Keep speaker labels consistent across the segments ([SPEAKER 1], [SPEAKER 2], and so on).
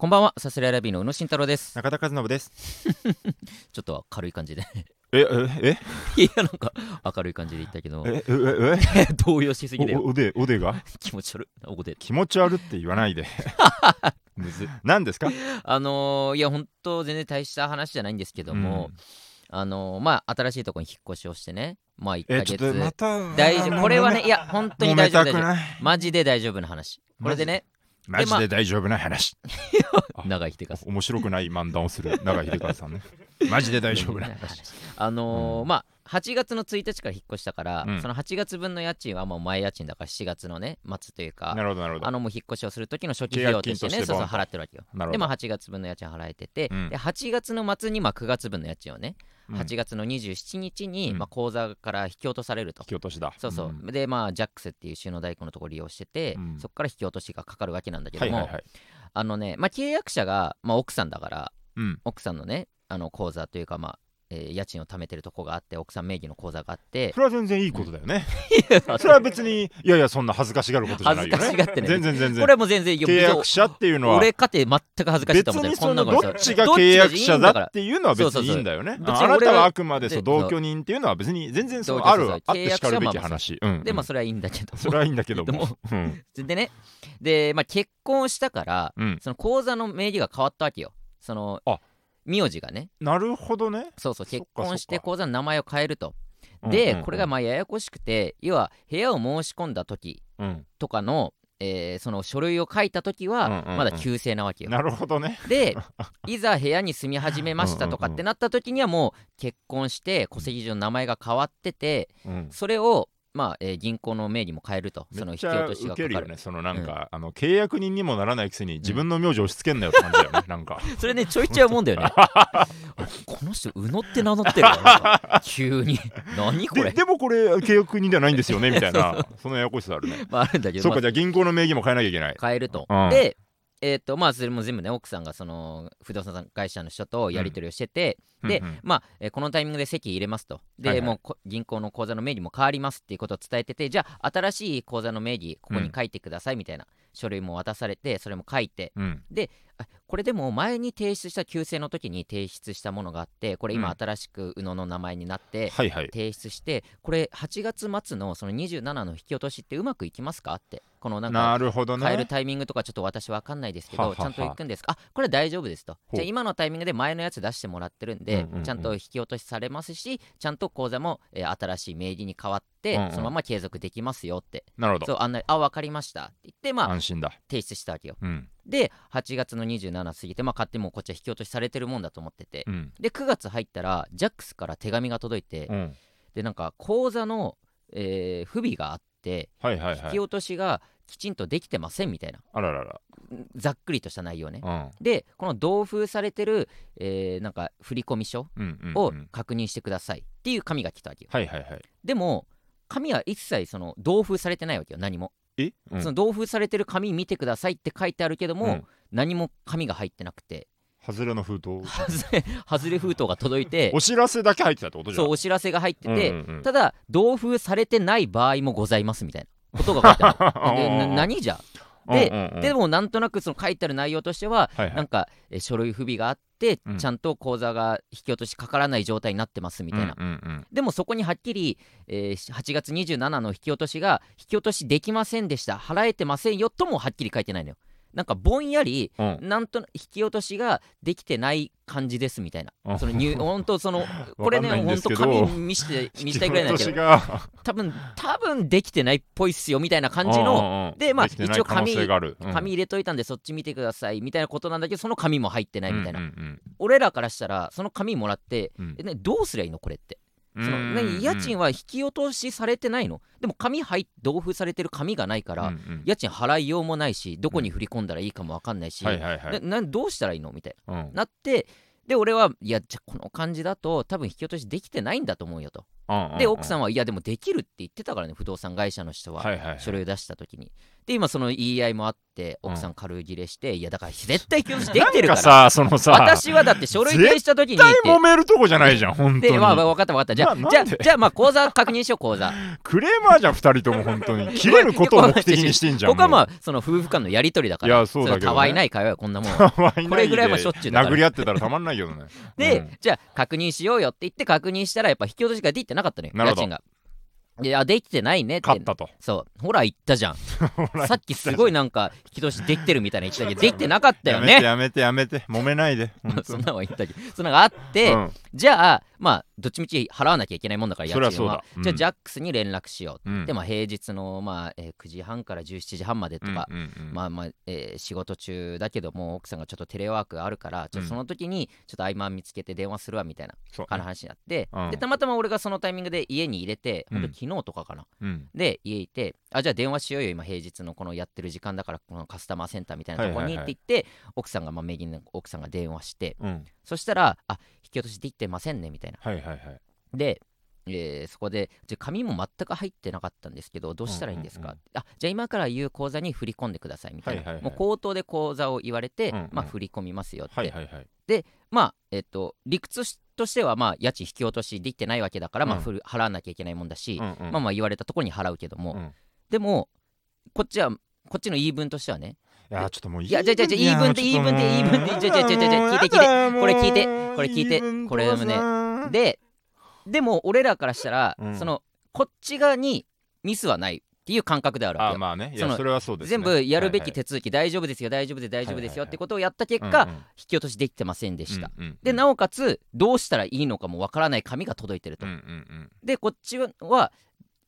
[SPEAKER 1] こんばんは、サスレラビーの宇野慎太郎です。
[SPEAKER 2] 中田和信です。
[SPEAKER 1] ちょっと明るい感 じで。
[SPEAKER 2] え、え、え、
[SPEAKER 1] いや、なんか明るい感じで言ったけど、
[SPEAKER 2] え、え、え、
[SPEAKER 1] 動揺しすぎだ
[SPEAKER 2] え、お
[SPEAKER 1] よ。
[SPEAKER 2] おで、おでが
[SPEAKER 1] 気持ち悪い。おで。
[SPEAKER 2] 気持ち悪って言わないで。
[SPEAKER 1] むずい
[SPEAKER 2] 何ですか
[SPEAKER 1] あのー、いや、本当全然大した話じゃないんですけども、あのー、まあ、新しいところに引っ越しをしてね、まあ、1
[SPEAKER 2] うんえ、
[SPEAKER 1] ヶ
[SPEAKER 2] ちょ
[SPEAKER 1] 月。
[SPEAKER 2] っとまた。
[SPEAKER 1] 大丈
[SPEAKER 2] あ
[SPEAKER 1] 夫。
[SPEAKER 2] ー
[SPEAKER 1] これはね、
[SPEAKER 2] 揉
[SPEAKER 1] いや、本当に
[SPEAKER 2] め揉
[SPEAKER 1] 大
[SPEAKER 2] め
[SPEAKER 1] 丈夫
[SPEAKER 2] た
[SPEAKER 1] 大
[SPEAKER 2] く
[SPEAKER 1] 丈夫。
[SPEAKER 2] ない。
[SPEAKER 1] マジで大丈夫な話。これでね、
[SPEAKER 2] マジで大丈夫な話。
[SPEAKER 1] 長い日てかす。
[SPEAKER 2] 面白くない漫談をする長井秀和さんね。マジで大丈夫な話。
[SPEAKER 1] あのー
[SPEAKER 2] うん
[SPEAKER 1] まあ8月の1日から引っ越したから、
[SPEAKER 2] うん
[SPEAKER 1] その8月分の家賃はもう前家賃だから7月のね末というか
[SPEAKER 2] なるほど、なるほ
[SPEAKER 1] あ
[SPEAKER 2] ど。
[SPEAKER 1] のもう引っ越しをする時の初期費用としてね
[SPEAKER 2] 契約金として
[SPEAKER 1] そうそう
[SPEAKER 2] ボンと
[SPEAKER 1] 払ってるわけよ
[SPEAKER 2] なるほど。
[SPEAKER 1] でまあ8月分の家賃払えてて、
[SPEAKER 2] うん
[SPEAKER 1] で8月の末にまあ9月分の家賃をね
[SPEAKER 2] うん
[SPEAKER 1] 8月の27日に
[SPEAKER 2] うん
[SPEAKER 1] まあ口座から引き落とされると
[SPEAKER 2] 引、き落としだ。
[SPEAKER 1] そうそう、
[SPEAKER 2] ん
[SPEAKER 1] でまあジャックスっていう収納代行のところ利用してて、
[SPEAKER 2] うん
[SPEAKER 1] そこから引き落としがかかるわけなんだけど
[SPEAKER 2] は
[SPEAKER 1] も、
[SPEAKER 2] いはいはい。
[SPEAKER 1] あのね、まあ、契約者が、まあ、奥さんだから
[SPEAKER 2] うん。
[SPEAKER 1] 奥さんのねあの口座というかまあえー家賃を貯めてるとこがあって奥さん名義の口座があ って
[SPEAKER 2] それは全然いいことだよね。
[SPEAKER 1] 恥
[SPEAKER 2] それは別に、いやいや、そんな恥ずかしがることじゃない
[SPEAKER 1] ず
[SPEAKER 2] よ
[SPEAKER 1] かし
[SPEAKER 2] ね。
[SPEAKER 1] がってね
[SPEAKER 2] 全然全
[SPEAKER 1] こ
[SPEAKER 2] 然
[SPEAKER 1] れ。はもう全然いや
[SPEAKER 2] 契約者っていうのは。
[SPEAKER 1] 俺かて全く恥ずかしいと
[SPEAKER 2] 別
[SPEAKER 1] 思って
[SPEAKER 2] に
[SPEAKER 1] こ
[SPEAKER 2] そ
[SPEAKER 1] んな
[SPEAKER 2] の
[SPEAKER 1] こと
[SPEAKER 2] どっちが契約者だっていうのは別にいいんだよね。
[SPEAKER 1] どっちがいい
[SPEAKER 2] あ
[SPEAKER 1] んだから別
[SPEAKER 2] な
[SPEAKER 1] に俺
[SPEAKER 2] た
[SPEAKER 1] は
[SPEAKER 2] はあくまでそう
[SPEAKER 1] でそう
[SPEAKER 2] 同居人っていうのは別に全然そう
[SPEAKER 1] 同居
[SPEAKER 2] あ
[SPEAKER 1] そう
[SPEAKER 2] る
[SPEAKER 1] そう
[SPEAKER 2] あってしかるべ
[SPEAKER 1] 契約者は
[SPEAKER 2] き
[SPEAKER 1] まあまあ
[SPEAKER 2] 話。うんうん
[SPEAKER 1] でまあそれはいいんだけど
[SPEAKER 2] それはいいんだけど
[SPEAKER 1] でも
[SPEAKER 2] も。うん
[SPEAKER 1] でねでまあ結婚したから
[SPEAKER 2] うん
[SPEAKER 1] その口座の名義が変わったわけよその
[SPEAKER 2] あ
[SPEAKER 1] 名字がね
[SPEAKER 2] なるほどね。
[SPEAKER 1] そうそう
[SPEAKER 2] そっ
[SPEAKER 1] 結
[SPEAKER 2] か
[SPEAKER 1] 婚し
[SPEAKER 2] そ
[SPEAKER 1] て
[SPEAKER 2] っか
[SPEAKER 1] 口座の名前を変えると
[SPEAKER 2] うん
[SPEAKER 1] で
[SPEAKER 2] うん
[SPEAKER 1] これがまあややこしくて要は部屋を申し込んだ時
[SPEAKER 2] うん
[SPEAKER 1] とかのえーその書類を書いた時
[SPEAKER 2] うんうん
[SPEAKER 1] は
[SPEAKER 2] うん
[SPEAKER 1] まだ旧姓なわけよ
[SPEAKER 2] なるほどね。
[SPEAKER 1] でいざ部屋に住み始めましたとかってなった時にはもう結婚して戸籍上の名前が変わってて
[SPEAKER 2] うん
[SPEAKER 1] それを、まあえー銀行の名義も変えるとその
[SPEAKER 2] めっ
[SPEAKER 1] 引き
[SPEAKER 2] ちゃ
[SPEAKER 1] 落としがか
[SPEAKER 2] 受
[SPEAKER 1] か
[SPEAKER 2] け
[SPEAKER 1] る
[SPEAKER 2] るよね。そのなんかあの契約人にもならないくせに自分の名字押し付けんなよって感じだ よね。なんか。
[SPEAKER 1] それねちょいちょい思うんだよね あこの人宇野って名乗ってるよなんか急に 何こ
[SPEAKER 2] で
[SPEAKER 1] れ
[SPEAKER 2] でもこれ契約人ではないんですよねみたいなそのややこしさあるね。
[SPEAKER 1] まああるんだけど
[SPEAKER 2] そうかじゃあ銀行の名義も変えなきゃいけない。
[SPEAKER 1] まあ変えると、
[SPEAKER 2] うん
[SPEAKER 1] でえっとまあそれも全部ね奥さんがその不動産会社の人とやり取りをしてて、で、
[SPEAKER 2] うんうん
[SPEAKER 1] まあ、えーこのタイミングで席入れますと、で、
[SPEAKER 2] はいはい
[SPEAKER 1] もうこ銀行の口座の名義も変わりますっていうことを伝えてて、じゃあ、新しい口座の名義、ここに書いてくださいみたいな書類も渡されて、それも書いて、
[SPEAKER 2] うん
[SPEAKER 1] あこれでも前に提出した旧姓の時に提出したものがあって、これ今、
[SPEAKER 2] うん
[SPEAKER 1] 新しく宇野の名前になって、
[SPEAKER 2] はいはい。
[SPEAKER 1] 提出して、これ、8月末のその27の引き落としってうまくいきますかって、このなんか
[SPEAKER 2] なるほどね。
[SPEAKER 1] 変えるタイミングとかちょっと私わかんないですけど
[SPEAKER 2] ははは
[SPEAKER 1] ちゃんと行くんですかあこれ大丈夫ですと
[SPEAKER 2] ほう
[SPEAKER 1] じゃあ今のタイミングで前のやつ出してもらってるんで、
[SPEAKER 2] うんうんうん
[SPEAKER 1] ちゃんと引き落としされますしちゃんと口座も、えー新しい名義に変わって、
[SPEAKER 2] うんうん
[SPEAKER 1] そのまま継続できますよって
[SPEAKER 2] なるほ
[SPEAKER 1] そ
[SPEAKER 2] ど。
[SPEAKER 1] うあんなあ分かりましたって言ってまあ
[SPEAKER 2] 安心だ。
[SPEAKER 1] 提出したわけよ
[SPEAKER 2] うん。
[SPEAKER 1] で8月の27過ぎてまあ勝手にもうこっちは引き落としされてるもんだと思ってて、
[SPEAKER 2] うん。
[SPEAKER 1] で9月入ったらジャックスから手紙が届いて、
[SPEAKER 2] うん。
[SPEAKER 1] でなんか口座の、えー不備があって
[SPEAKER 2] はいはい
[SPEAKER 1] 引
[SPEAKER 2] は
[SPEAKER 1] き
[SPEAKER 2] い。
[SPEAKER 1] 落としがきちんとできてませんみたいな
[SPEAKER 2] あららら。
[SPEAKER 1] ざっくりとした内容ね
[SPEAKER 2] うん。
[SPEAKER 1] でこの同封されてる、えーなんか振込書
[SPEAKER 2] うんうん、うん。
[SPEAKER 1] を確認してくださいっていう紙が来たわけよ
[SPEAKER 2] はいはいはい。
[SPEAKER 1] でも紙は一切その同封されてないわけよ何も、
[SPEAKER 2] え、うん、
[SPEAKER 1] その同封されてる紙見てくださいって書いてあるけども、
[SPEAKER 2] うん
[SPEAKER 1] 何も紙が入ってなくて
[SPEAKER 2] 外れの封筒。
[SPEAKER 1] 外れ 外れ封筒が届いて
[SPEAKER 2] お知らせだけ入ってたってことじゃ
[SPEAKER 1] そ
[SPEAKER 2] ん。
[SPEAKER 1] うお知らせが入ってて、
[SPEAKER 2] うんうんうん
[SPEAKER 1] ただ同封されてない場合もございますみたいなことが書いてある でな何じゃで
[SPEAKER 2] うんうんうん
[SPEAKER 1] でもなんとなくその書いてある内容としては
[SPEAKER 2] はいは
[SPEAKER 1] なん
[SPEAKER 2] い、
[SPEAKER 1] か、えー書類不備があって、
[SPEAKER 2] うん
[SPEAKER 1] ちゃんと口座が引き落としかからない状態になってますみたいな、
[SPEAKER 2] うんうんうん
[SPEAKER 1] でもそこにはっきり、えー8月27の引き落としが引き落としできませんでした払えてませんよともはっきり書いてないのよなんかぼんやり
[SPEAKER 2] うん
[SPEAKER 1] なんとな引き落としができてない感じですみたいな
[SPEAKER 2] あ
[SPEAKER 1] その入 本当そのこれね
[SPEAKER 2] わかんな
[SPEAKER 1] 本
[SPEAKER 2] いんです
[SPEAKER 1] 当
[SPEAKER 2] けど
[SPEAKER 1] 紙見して見したいくらいなんだけ
[SPEAKER 2] 引き
[SPEAKER 1] ど
[SPEAKER 2] 落としが
[SPEAKER 1] 多分多分できてないっぽいっすよみたいな感じの
[SPEAKER 2] の
[SPEAKER 1] でまあ一応
[SPEAKER 2] 可能
[SPEAKER 1] 紙
[SPEAKER 2] 性がある、うん
[SPEAKER 1] 紙入れといたんでそっち見てくださいみたいなことなんだけどその紙も入ってないみたいな
[SPEAKER 2] うんうん
[SPEAKER 1] 俺らからしたらその紙もらって、
[SPEAKER 2] うん
[SPEAKER 1] えね、どうすりゃいいのこれって
[SPEAKER 2] う
[SPEAKER 1] そ
[SPEAKER 2] ん
[SPEAKER 1] の、ね
[SPEAKER 2] うんうん
[SPEAKER 1] 家賃は引き落としされてないのでも紙入っ同封されてる紙がないから、
[SPEAKER 2] うんうん
[SPEAKER 1] 家賃払いようもないしどこに振り込んだらいいかも分かんないし、
[SPEAKER 2] はいはいはい、
[SPEAKER 1] ななどうしたらいいのみたい
[SPEAKER 2] うん
[SPEAKER 1] ななってで俺はいやじゃあこの感じだと多分引き落としできてないんだと思うよと
[SPEAKER 2] うんうん
[SPEAKER 1] で奥さ
[SPEAKER 2] ん
[SPEAKER 1] んはいやでもできるって言ってたからね不動産会社の人は
[SPEAKER 2] はいはいはい
[SPEAKER 1] 書類を出した時にで今その言い合いもあって
[SPEAKER 2] うん
[SPEAKER 1] 奥さん軽切れして、いやだから絶対教師で
[SPEAKER 2] な
[SPEAKER 1] きて
[SPEAKER 2] ん
[SPEAKER 1] るか
[SPEAKER 2] からさそのさ
[SPEAKER 1] 私はだって書類提した時にって
[SPEAKER 2] 絶対揉めるとこじゃないじゃん本当
[SPEAKER 1] で
[SPEAKER 2] に、
[SPEAKER 1] まあまあ分かった分かったじゃあ、
[SPEAKER 2] な
[SPEAKER 1] じゃ
[SPEAKER 2] な
[SPEAKER 1] あ
[SPEAKER 2] んで
[SPEAKER 1] じゃあまあ講座確認しよう講座
[SPEAKER 2] クレーマーじゃん二人とも本当 に切れることを目的に してんじゃん
[SPEAKER 1] ここはま
[SPEAKER 2] も
[SPEAKER 1] あその夫婦間のやり取りだから
[SPEAKER 2] いやそうだけどね
[SPEAKER 1] のたわいない会話よこんなもん
[SPEAKER 2] う可愛い
[SPEAKER 1] これぐらいはしょっちゅうだから
[SPEAKER 2] 殴り合ってたらたまんないけどね
[SPEAKER 1] で、
[SPEAKER 2] うん
[SPEAKER 1] じゃあ確認しようよって言って確認したらやっぱ引き落としができてなかったのよ
[SPEAKER 2] なる
[SPEAKER 1] 家
[SPEAKER 2] ほど
[SPEAKER 1] 賃がいやできてないねって
[SPEAKER 2] 勝ったと
[SPEAKER 1] そうほら言ったじゃん さっきすごいなんか引き落としできてるみたいな言ってたけどできてなかったよね
[SPEAKER 2] やめてやめてやめて揉めない で本当
[SPEAKER 1] そ
[SPEAKER 2] に
[SPEAKER 1] んなのは言ったけどそんなのがあって、
[SPEAKER 2] うん
[SPEAKER 1] じゃあまあどっちみち払わなきゃいけないもんだから家
[SPEAKER 2] そりゃそ
[SPEAKER 1] 賃
[SPEAKER 2] う
[SPEAKER 1] は
[SPEAKER 2] だ、うん
[SPEAKER 1] じゃあジャックスに連絡しよう
[SPEAKER 2] うん
[SPEAKER 1] でまあ平日の、まあえー9時半から17時半までとか、
[SPEAKER 2] うんうんうん
[SPEAKER 1] まあまあえー仕事中だけどもう奥さんがちょっとテレワークあるからちょっとその時にちょっと合間見つけて電話するわみたいな
[SPEAKER 2] そう
[SPEAKER 1] あの話になって、
[SPEAKER 2] うん
[SPEAKER 1] でたまたま俺がそのタイミングで家に入れて、
[SPEAKER 2] うん
[SPEAKER 1] ほんと昨日とかかな
[SPEAKER 2] うん
[SPEAKER 1] で家行ってあじゃあ電話しようよ今平日のこのやってる時間だからこのカスタマーセンターみたいなとこ
[SPEAKER 2] はい
[SPEAKER 1] に
[SPEAKER 2] は
[SPEAKER 1] っ
[SPEAKER 2] いはい
[SPEAKER 1] て言って、奥さんがまあ名義の奥さんが電話して
[SPEAKER 2] うん
[SPEAKER 1] そしたらあ引き落としできてませんねみたいな
[SPEAKER 2] はいはいはい
[SPEAKER 1] で、えーそこでじゃあ紙も全く入ってなかったんですけどどうしたらいいんですか、
[SPEAKER 2] うんうん
[SPEAKER 1] あじゃあ今から言う口座に振り込んでくださいみたいな、
[SPEAKER 2] はいはいはい
[SPEAKER 1] もう口頭で口座を言われて、
[SPEAKER 2] うんうん
[SPEAKER 1] まあ振り込みますよって、
[SPEAKER 2] はいはいはい
[SPEAKER 1] まあえっと理屈としてはまあ家賃引き落としできてないわけだから、まあ
[SPEAKER 2] うん
[SPEAKER 1] ふる払わなきゃいけないもんだし、
[SPEAKER 2] うんうん
[SPEAKER 1] まあまあ言われたところに払うけども、
[SPEAKER 2] うん
[SPEAKER 1] でもこっちはこっちの言い分としてはね
[SPEAKER 2] いやちょっともうい
[SPEAKER 1] いやじゃあじゃあじゃあ言い分って言い分って言い分ってじゃあじゃあじゃあじゃあ聞いて聞いてこれ聞いてこれ聞いてこれもね
[SPEAKER 2] ね
[SPEAKER 1] ででも俺らからしたら、
[SPEAKER 2] うん
[SPEAKER 1] そのこっち側にミスはないっていう感覚であるわけ
[SPEAKER 2] あ
[SPEAKER 1] よ、
[SPEAKER 2] まあねい
[SPEAKER 1] そ
[SPEAKER 2] や
[SPEAKER 1] の
[SPEAKER 2] それはそうですね
[SPEAKER 1] 全部やるべき
[SPEAKER 2] はい
[SPEAKER 1] 手続き、大丈夫ですよ大丈夫です大丈夫ですよ
[SPEAKER 2] はいはいはい
[SPEAKER 1] ってことをやった結
[SPEAKER 2] はい
[SPEAKER 1] 果、
[SPEAKER 2] うんうん
[SPEAKER 1] 引き落としできてませんでした、
[SPEAKER 2] うんうん
[SPEAKER 1] でなおかつどうしたらいいのかもわからない紙が届いてると、
[SPEAKER 2] うんうん
[SPEAKER 1] でこっちは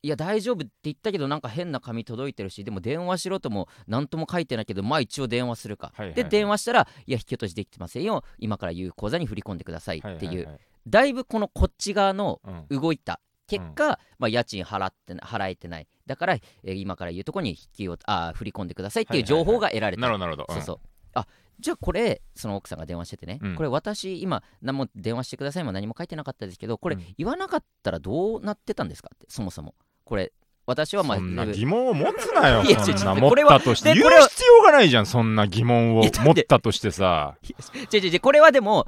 [SPEAKER 1] いや大丈夫って言ったけどなんか変な紙届いてるしでも電話しろとも何とも書いてないけどまあ一応電話するか、
[SPEAKER 2] はいはいはい
[SPEAKER 1] で電話したらいや引き落としできてませんよ今から言う口座に振り込んでくださいっていう、
[SPEAKER 2] はいはいはい
[SPEAKER 1] だいぶこのこっち側の
[SPEAKER 2] うん
[SPEAKER 1] 動いた結果、まあ、家賃払ってな払えてないだから、えー今から言うとこに引きをあー振り込んでくださいっていう情報が得られた、
[SPEAKER 2] なるほどなるほど
[SPEAKER 1] そうそうあじゃあこれその奥さんが電話しててね、
[SPEAKER 2] うん
[SPEAKER 1] これ私今何も電話してくださいも何も書いてなかったですけどこれ
[SPEAKER 2] うん
[SPEAKER 1] 言わなかったらどうなってたんですかってそもそもこれ私はまあ
[SPEAKER 2] そんな
[SPEAKER 1] で
[SPEAKER 2] 疑問を持つなよ
[SPEAKER 1] いや
[SPEAKER 2] そん
[SPEAKER 1] ちょ
[SPEAKER 2] な
[SPEAKER 1] ちょ
[SPEAKER 2] 持
[SPEAKER 1] こ
[SPEAKER 2] っ
[SPEAKER 1] れは
[SPEAKER 2] たとして
[SPEAKER 1] で
[SPEAKER 2] 言う
[SPEAKER 1] これは
[SPEAKER 2] 必要がないじゃんそんな疑問を
[SPEAKER 1] いやだって
[SPEAKER 2] 持ったとしてさ
[SPEAKER 1] 違う違う違うこれはでも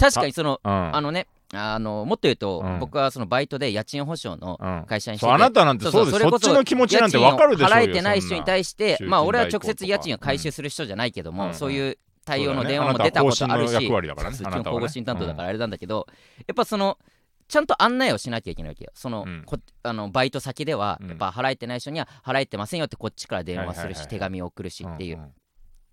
[SPEAKER 1] 確かにその
[SPEAKER 2] うん
[SPEAKER 1] あのねあのもっと言うと、
[SPEAKER 2] うん
[SPEAKER 1] 僕はそのバイトで家賃保証の
[SPEAKER 2] うん
[SPEAKER 1] 会社にして
[SPEAKER 2] そうあなたなんてそうですそっちの気持ちなんてわかるでしょう
[SPEAKER 1] 家
[SPEAKER 2] よ
[SPEAKER 1] 賃を払えてない人に対して
[SPEAKER 2] そんな
[SPEAKER 1] まあ俺は
[SPEAKER 2] 集金代
[SPEAKER 1] 直
[SPEAKER 2] 行
[SPEAKER 1] 接家賃を回収する人じゃないけども、
[SPEAKER 2] うん
[SPEAKER 1] そういう
[SPEAKER 2] そ
[SPEAKER 1] 対
[SPEAKER 2] うだ
[SPEAKER 1] 応
[SPEAKER 2] よね
[SPEAKER 1] の電話も出たことあるし、
[SPEAKER 2] なたは更新の役割だからね
[SPEAKER 1] そうそう
[SPEAKER 2] あなた
[SPEAKER 1] 基
[SPEAKER 2] は
[SPEAKER 1] 本
[SPEAKER 2] ね
[SPEAKER 1] 更新担当だからあれなんだけど、やっぱそのちゃんと案内をしなきゃいけないわけよその、
[SPEAKER 2] うん
[SPEAKER 1] こあのバイト先では、
[SPEAKER 2] うん
[SPEAKER 1] やっぱ払えてない人には払えてませんよってこっちから電話するし、
[SPEAKER 2] はいはいはいはい
[SPEAKER 1] 手紙を送るし
[SPEAKER 2] ん
[SPEAKER 1] っていう、
[SPEAKER 2] んん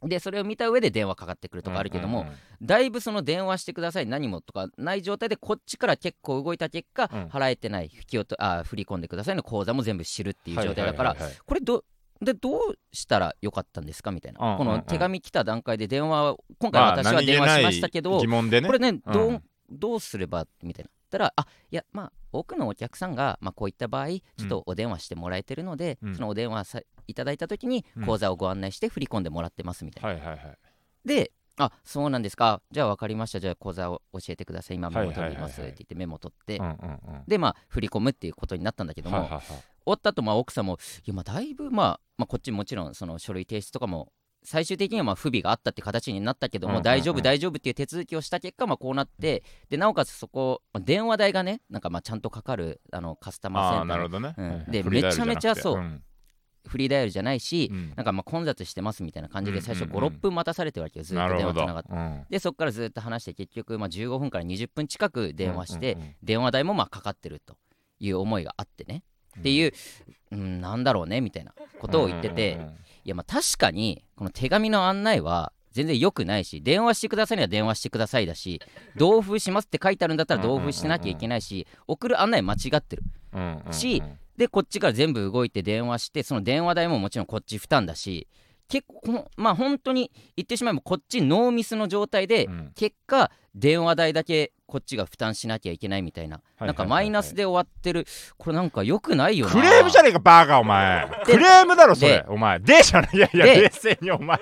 [SPEAKER 1] でそれを見た上で電話かかってくるとかあるけども、
[SPEAKER 2] うんうんうん
[SPEAKER 1] だいぶその電話してください何もとかない状態でこっちから結構動いた結果、
[SPEAKER 2] うん
[SPEAKER 1] 払えてない引き落とあ振り込んでくださいの口座も全部知るっていう状態だから、
[SPEAKER 2] はいはいはいはい
[SPEAKER 1] これどでどうしたらよかったんですかみたいな、
[SPEAKER 2] うんうんうん
[SPEAKER 1] この手紙来た段階で電話を今回私は
[SPEAKER 2] 何気
[SPEAKER 1] 電
[SPEAKER 2] な
[SPEAKER 1] 話
[SPEAKER 2] い
[SPEAKER 1] しましたけど、
[SPEAKER 2] 疑問でね
[SPEAKER 1] これねどう,、
[SPEAKER 2] うん
[SPEAKER 1] どうすればみたいな。たらあいやまあ多くのお客さんが、まあ、こういった場合ちょっとお電話してもらえてるので、
[SPEAKER 2] うん
[SPEAKER 1] そのお電話さいただいた時に
[SPEAKER 2] うん
[SPEAKER 1] 口座をご案内して振り込んでもらってますみたいな。
[SPEAKER 2] はいはいはい
[SPEAKER 1] で、あそうなんですか、じゃあ分かりました、じゃあ講座を教えてください、今メモ取ります
[SPEAKER 2] はいはいはいはい
[SPEAKER 1] って言ってメモ取って、
[SPEAKER 2] うんうんうん
[SPEAKER 1] で、まあ、振り込むっていうことになったんだけども、
[SPEAKER 2] はいはいはい
[SPEAKER 1] 終わった後まあ奥さんも、いや、まあ、だいぶ、まあ、まあ、こっちもちろん、その書類提出とかも、最終的にはまあ不備があったって形になったけども、
[SPEAKER 2] うんうんうん
[SPEAKER 1] 大丈夫、大丈夫っていう手続きをした結果、まあ、こうなって、でなおかつそこ、まあ電話代がね、なんかまあちゃんとかかるあのカスタマー
[SPEAKER 2] あ
[SPEAKER 1] セ
[SPEAKER 2] あ
[SPEAKER 1] ンター
[SPEAKER 2] な
[SPEAKER 1] の
[SPEAKER 2] るほどね
[SPEAKER 1] うん
[SPEAKER 2] はいはい
[SPEAKER 1] で
[SPEAKER 2] フリーダイヤルじゃなくて
[SPEAKER 1] めちゃめちゃそう
[SPEAKER 2] うん
[SPEAKER 1] フリーダイヤルじゃないし、
[SPEAKER 2] うん
[SPEAKER 1] なんかまあ混雑してますみたいな感じで、最初
[SPEAKER 2] うん
[SPEAKER 1] 5、
[SPEAKER 2] うんうん
[SPEAKER 1] 6分待たされてるわけよ、ずっ
[SPEAKER 2] な
[SPEAKER 1] と
[SPEAKER 2] る
[SPEAKER 1] 電話
[SPEAKER 2] ほ
[SPEAKER 1] つ
[SPEAKER 2] ど
[SPEAKER 1] ながって。
[SPEAKER 2] うん
[SPEAKER 1] でそこからずっと話して結局、まあ、15分から20分近く電話して、
[SPEAKER 2] うんうんうん
[SPEAKER 1] 電話代もまあかかってるという思いがあってね、っていう、うん、なんだろうねみたいなことを言ってて、
[SPEAKER 2] うんうん
[SPEAKER 1] い
[SPEAKER 2] うん
[SPEAKER 1] やまあ確かにこの手紙の案内は全然良くないし電話してくださいには電話してくださいだし同封しますって書いてあるんだったら同封してなきゃいけないし送る案内間違ってる
[SPEAKER 2] うんうんうん
[SPEAKER 1] しでこっちから全部動いて電話してその電話代ももちろんこっち負担だし結構このまあ本当に言ってしまえばこっちノーミスの状態で、
[SPEAKER 2] うん
[SPEAKER 1] 結果電話代だけこっちが負担しなきゃいけないみたいな、
[SPEAKER 2] はいはいはいはい
[SPEAKER 1] なんかマイナスで終わってるこれなんか良くないよな
[SPEAKER 2] クレームじゃねえかバカお前
[SPEAKER 1] で
[SPEAKER 2] クレームだろそ
[SPEAKER 1] で
[SPEAKER 2] れお前でじゃないいやいや
[SPEAKER 1] で
[SPEAKER 2] 冷静にお前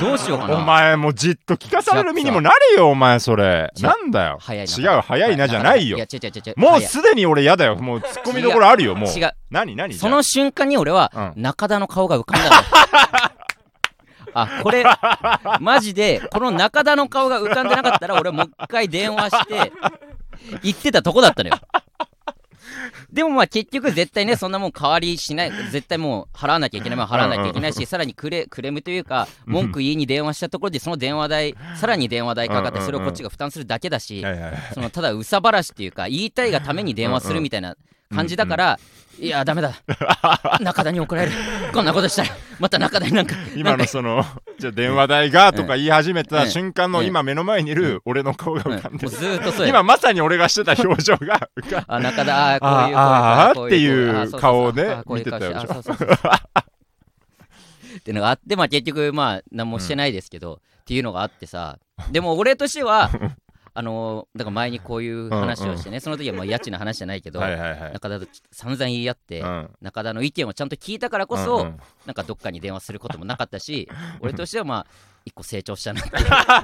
[SPEAKER 1] どうしようかな
[SPEAKER 2] お前もうじっと聞かされる身にもなれよお前それ
[SPEAKER 1] じゃ
[SPEAKER 2] なんだよ
[SPEAKER 1] 早い
[SPEAKER 2] 違う早いなじゃないよ
[SPEAKER 1] や違う違う違う
[SPEAKER 2] もう
[SPEAKER 1] 早い
[SPEAKER 2] すでに俺嫌だよもうツッコミどころあるよもう
[SPEAKER 1] 違う
[SPEAKER 2] 何何じゃあ
[SPEAKER 1] その瞬間に俺は
[SPEAKER 2] う
[SPEAKER 1] 中田の顔が浮かんだ のあこれマジでこの中田の顔が浮かんでなかったら俺もう一回電話して言ってたとこだったのよでもまあ結局絶対ねそんなもん変わりしない絶対もう払わなきゃいけないもん払わなきゃいけないしさらにクレクレームというか文句言いに電話したところでその電話代さらに電話代かかってそれをこっちが負担するだけだし
[SPEAKER 2] いやいやいや
[SPEAKER 1] そのただうさばらしっていうか言いたいがために電話するみたいな感じだから、いやダメ だ中田に怒られるこんなことしたらまた中田になんかな
[SPEAKER 2] 今の
[SPEAKER 1] んか
[SPEAKER 2] そのじゃあ電話代がとか言い始め
[SPEAKER 1] う
[SPEAKER 2] た
[SPEAKER 1] ん
[SPEAKER 2] 瞬間の
[SPEAKER 1] うん
[SPEAKER 2] 今目の前にいる俺の顔が
[SPEAKER 1] うんも
[SPEAKER 2] 浮かん
[SPEAKER 1] う
[SPEAKER 2] でる
[SPEAKER 1] ずーっとそうや
[SPEAKER 2] 今まさに俺がしてた表情が浮かん
[SPEAKER 1] あ中田あ
[SPEAKER 2] あ
[SPEAKER 1] ー
[SPEAKER 2] あ
[SPEAKER 1] こういう
[SPEAKER 2] あー
[SPEAKER 1] こういうこういうこういうあそうそう
[SPEAKER 2] っていう
[SPEAKER 1] そう
[SPEAKER 2] 顔をね
[SPEAKER 1] あーこういう顔
[SPEAKER 2] 見てたでしょ
[SPEAKER 1] あそうそうそうってのがあってまあ結局まあ何もしてないですけど、っていうのがあってさでも俺として はあのーだから前にこういう話をしてね、その時はまあ家賃の話じゃないけど、
[SPEAKER 2] はいはいはい
[SPEAKER 1] 中田と散々言い合って、
[SPEAKER 2] うん
[SPEAKER 1] 中田の意見をちゃんと聞いたからこ
[SPEAKER 2] う
[SPEAKER 1] そ、
[SPEAKER 2] んうん
[SPEAKER 1] なんかどっかに電話することもなかった し、俺としてはまあ、一個成長したなって、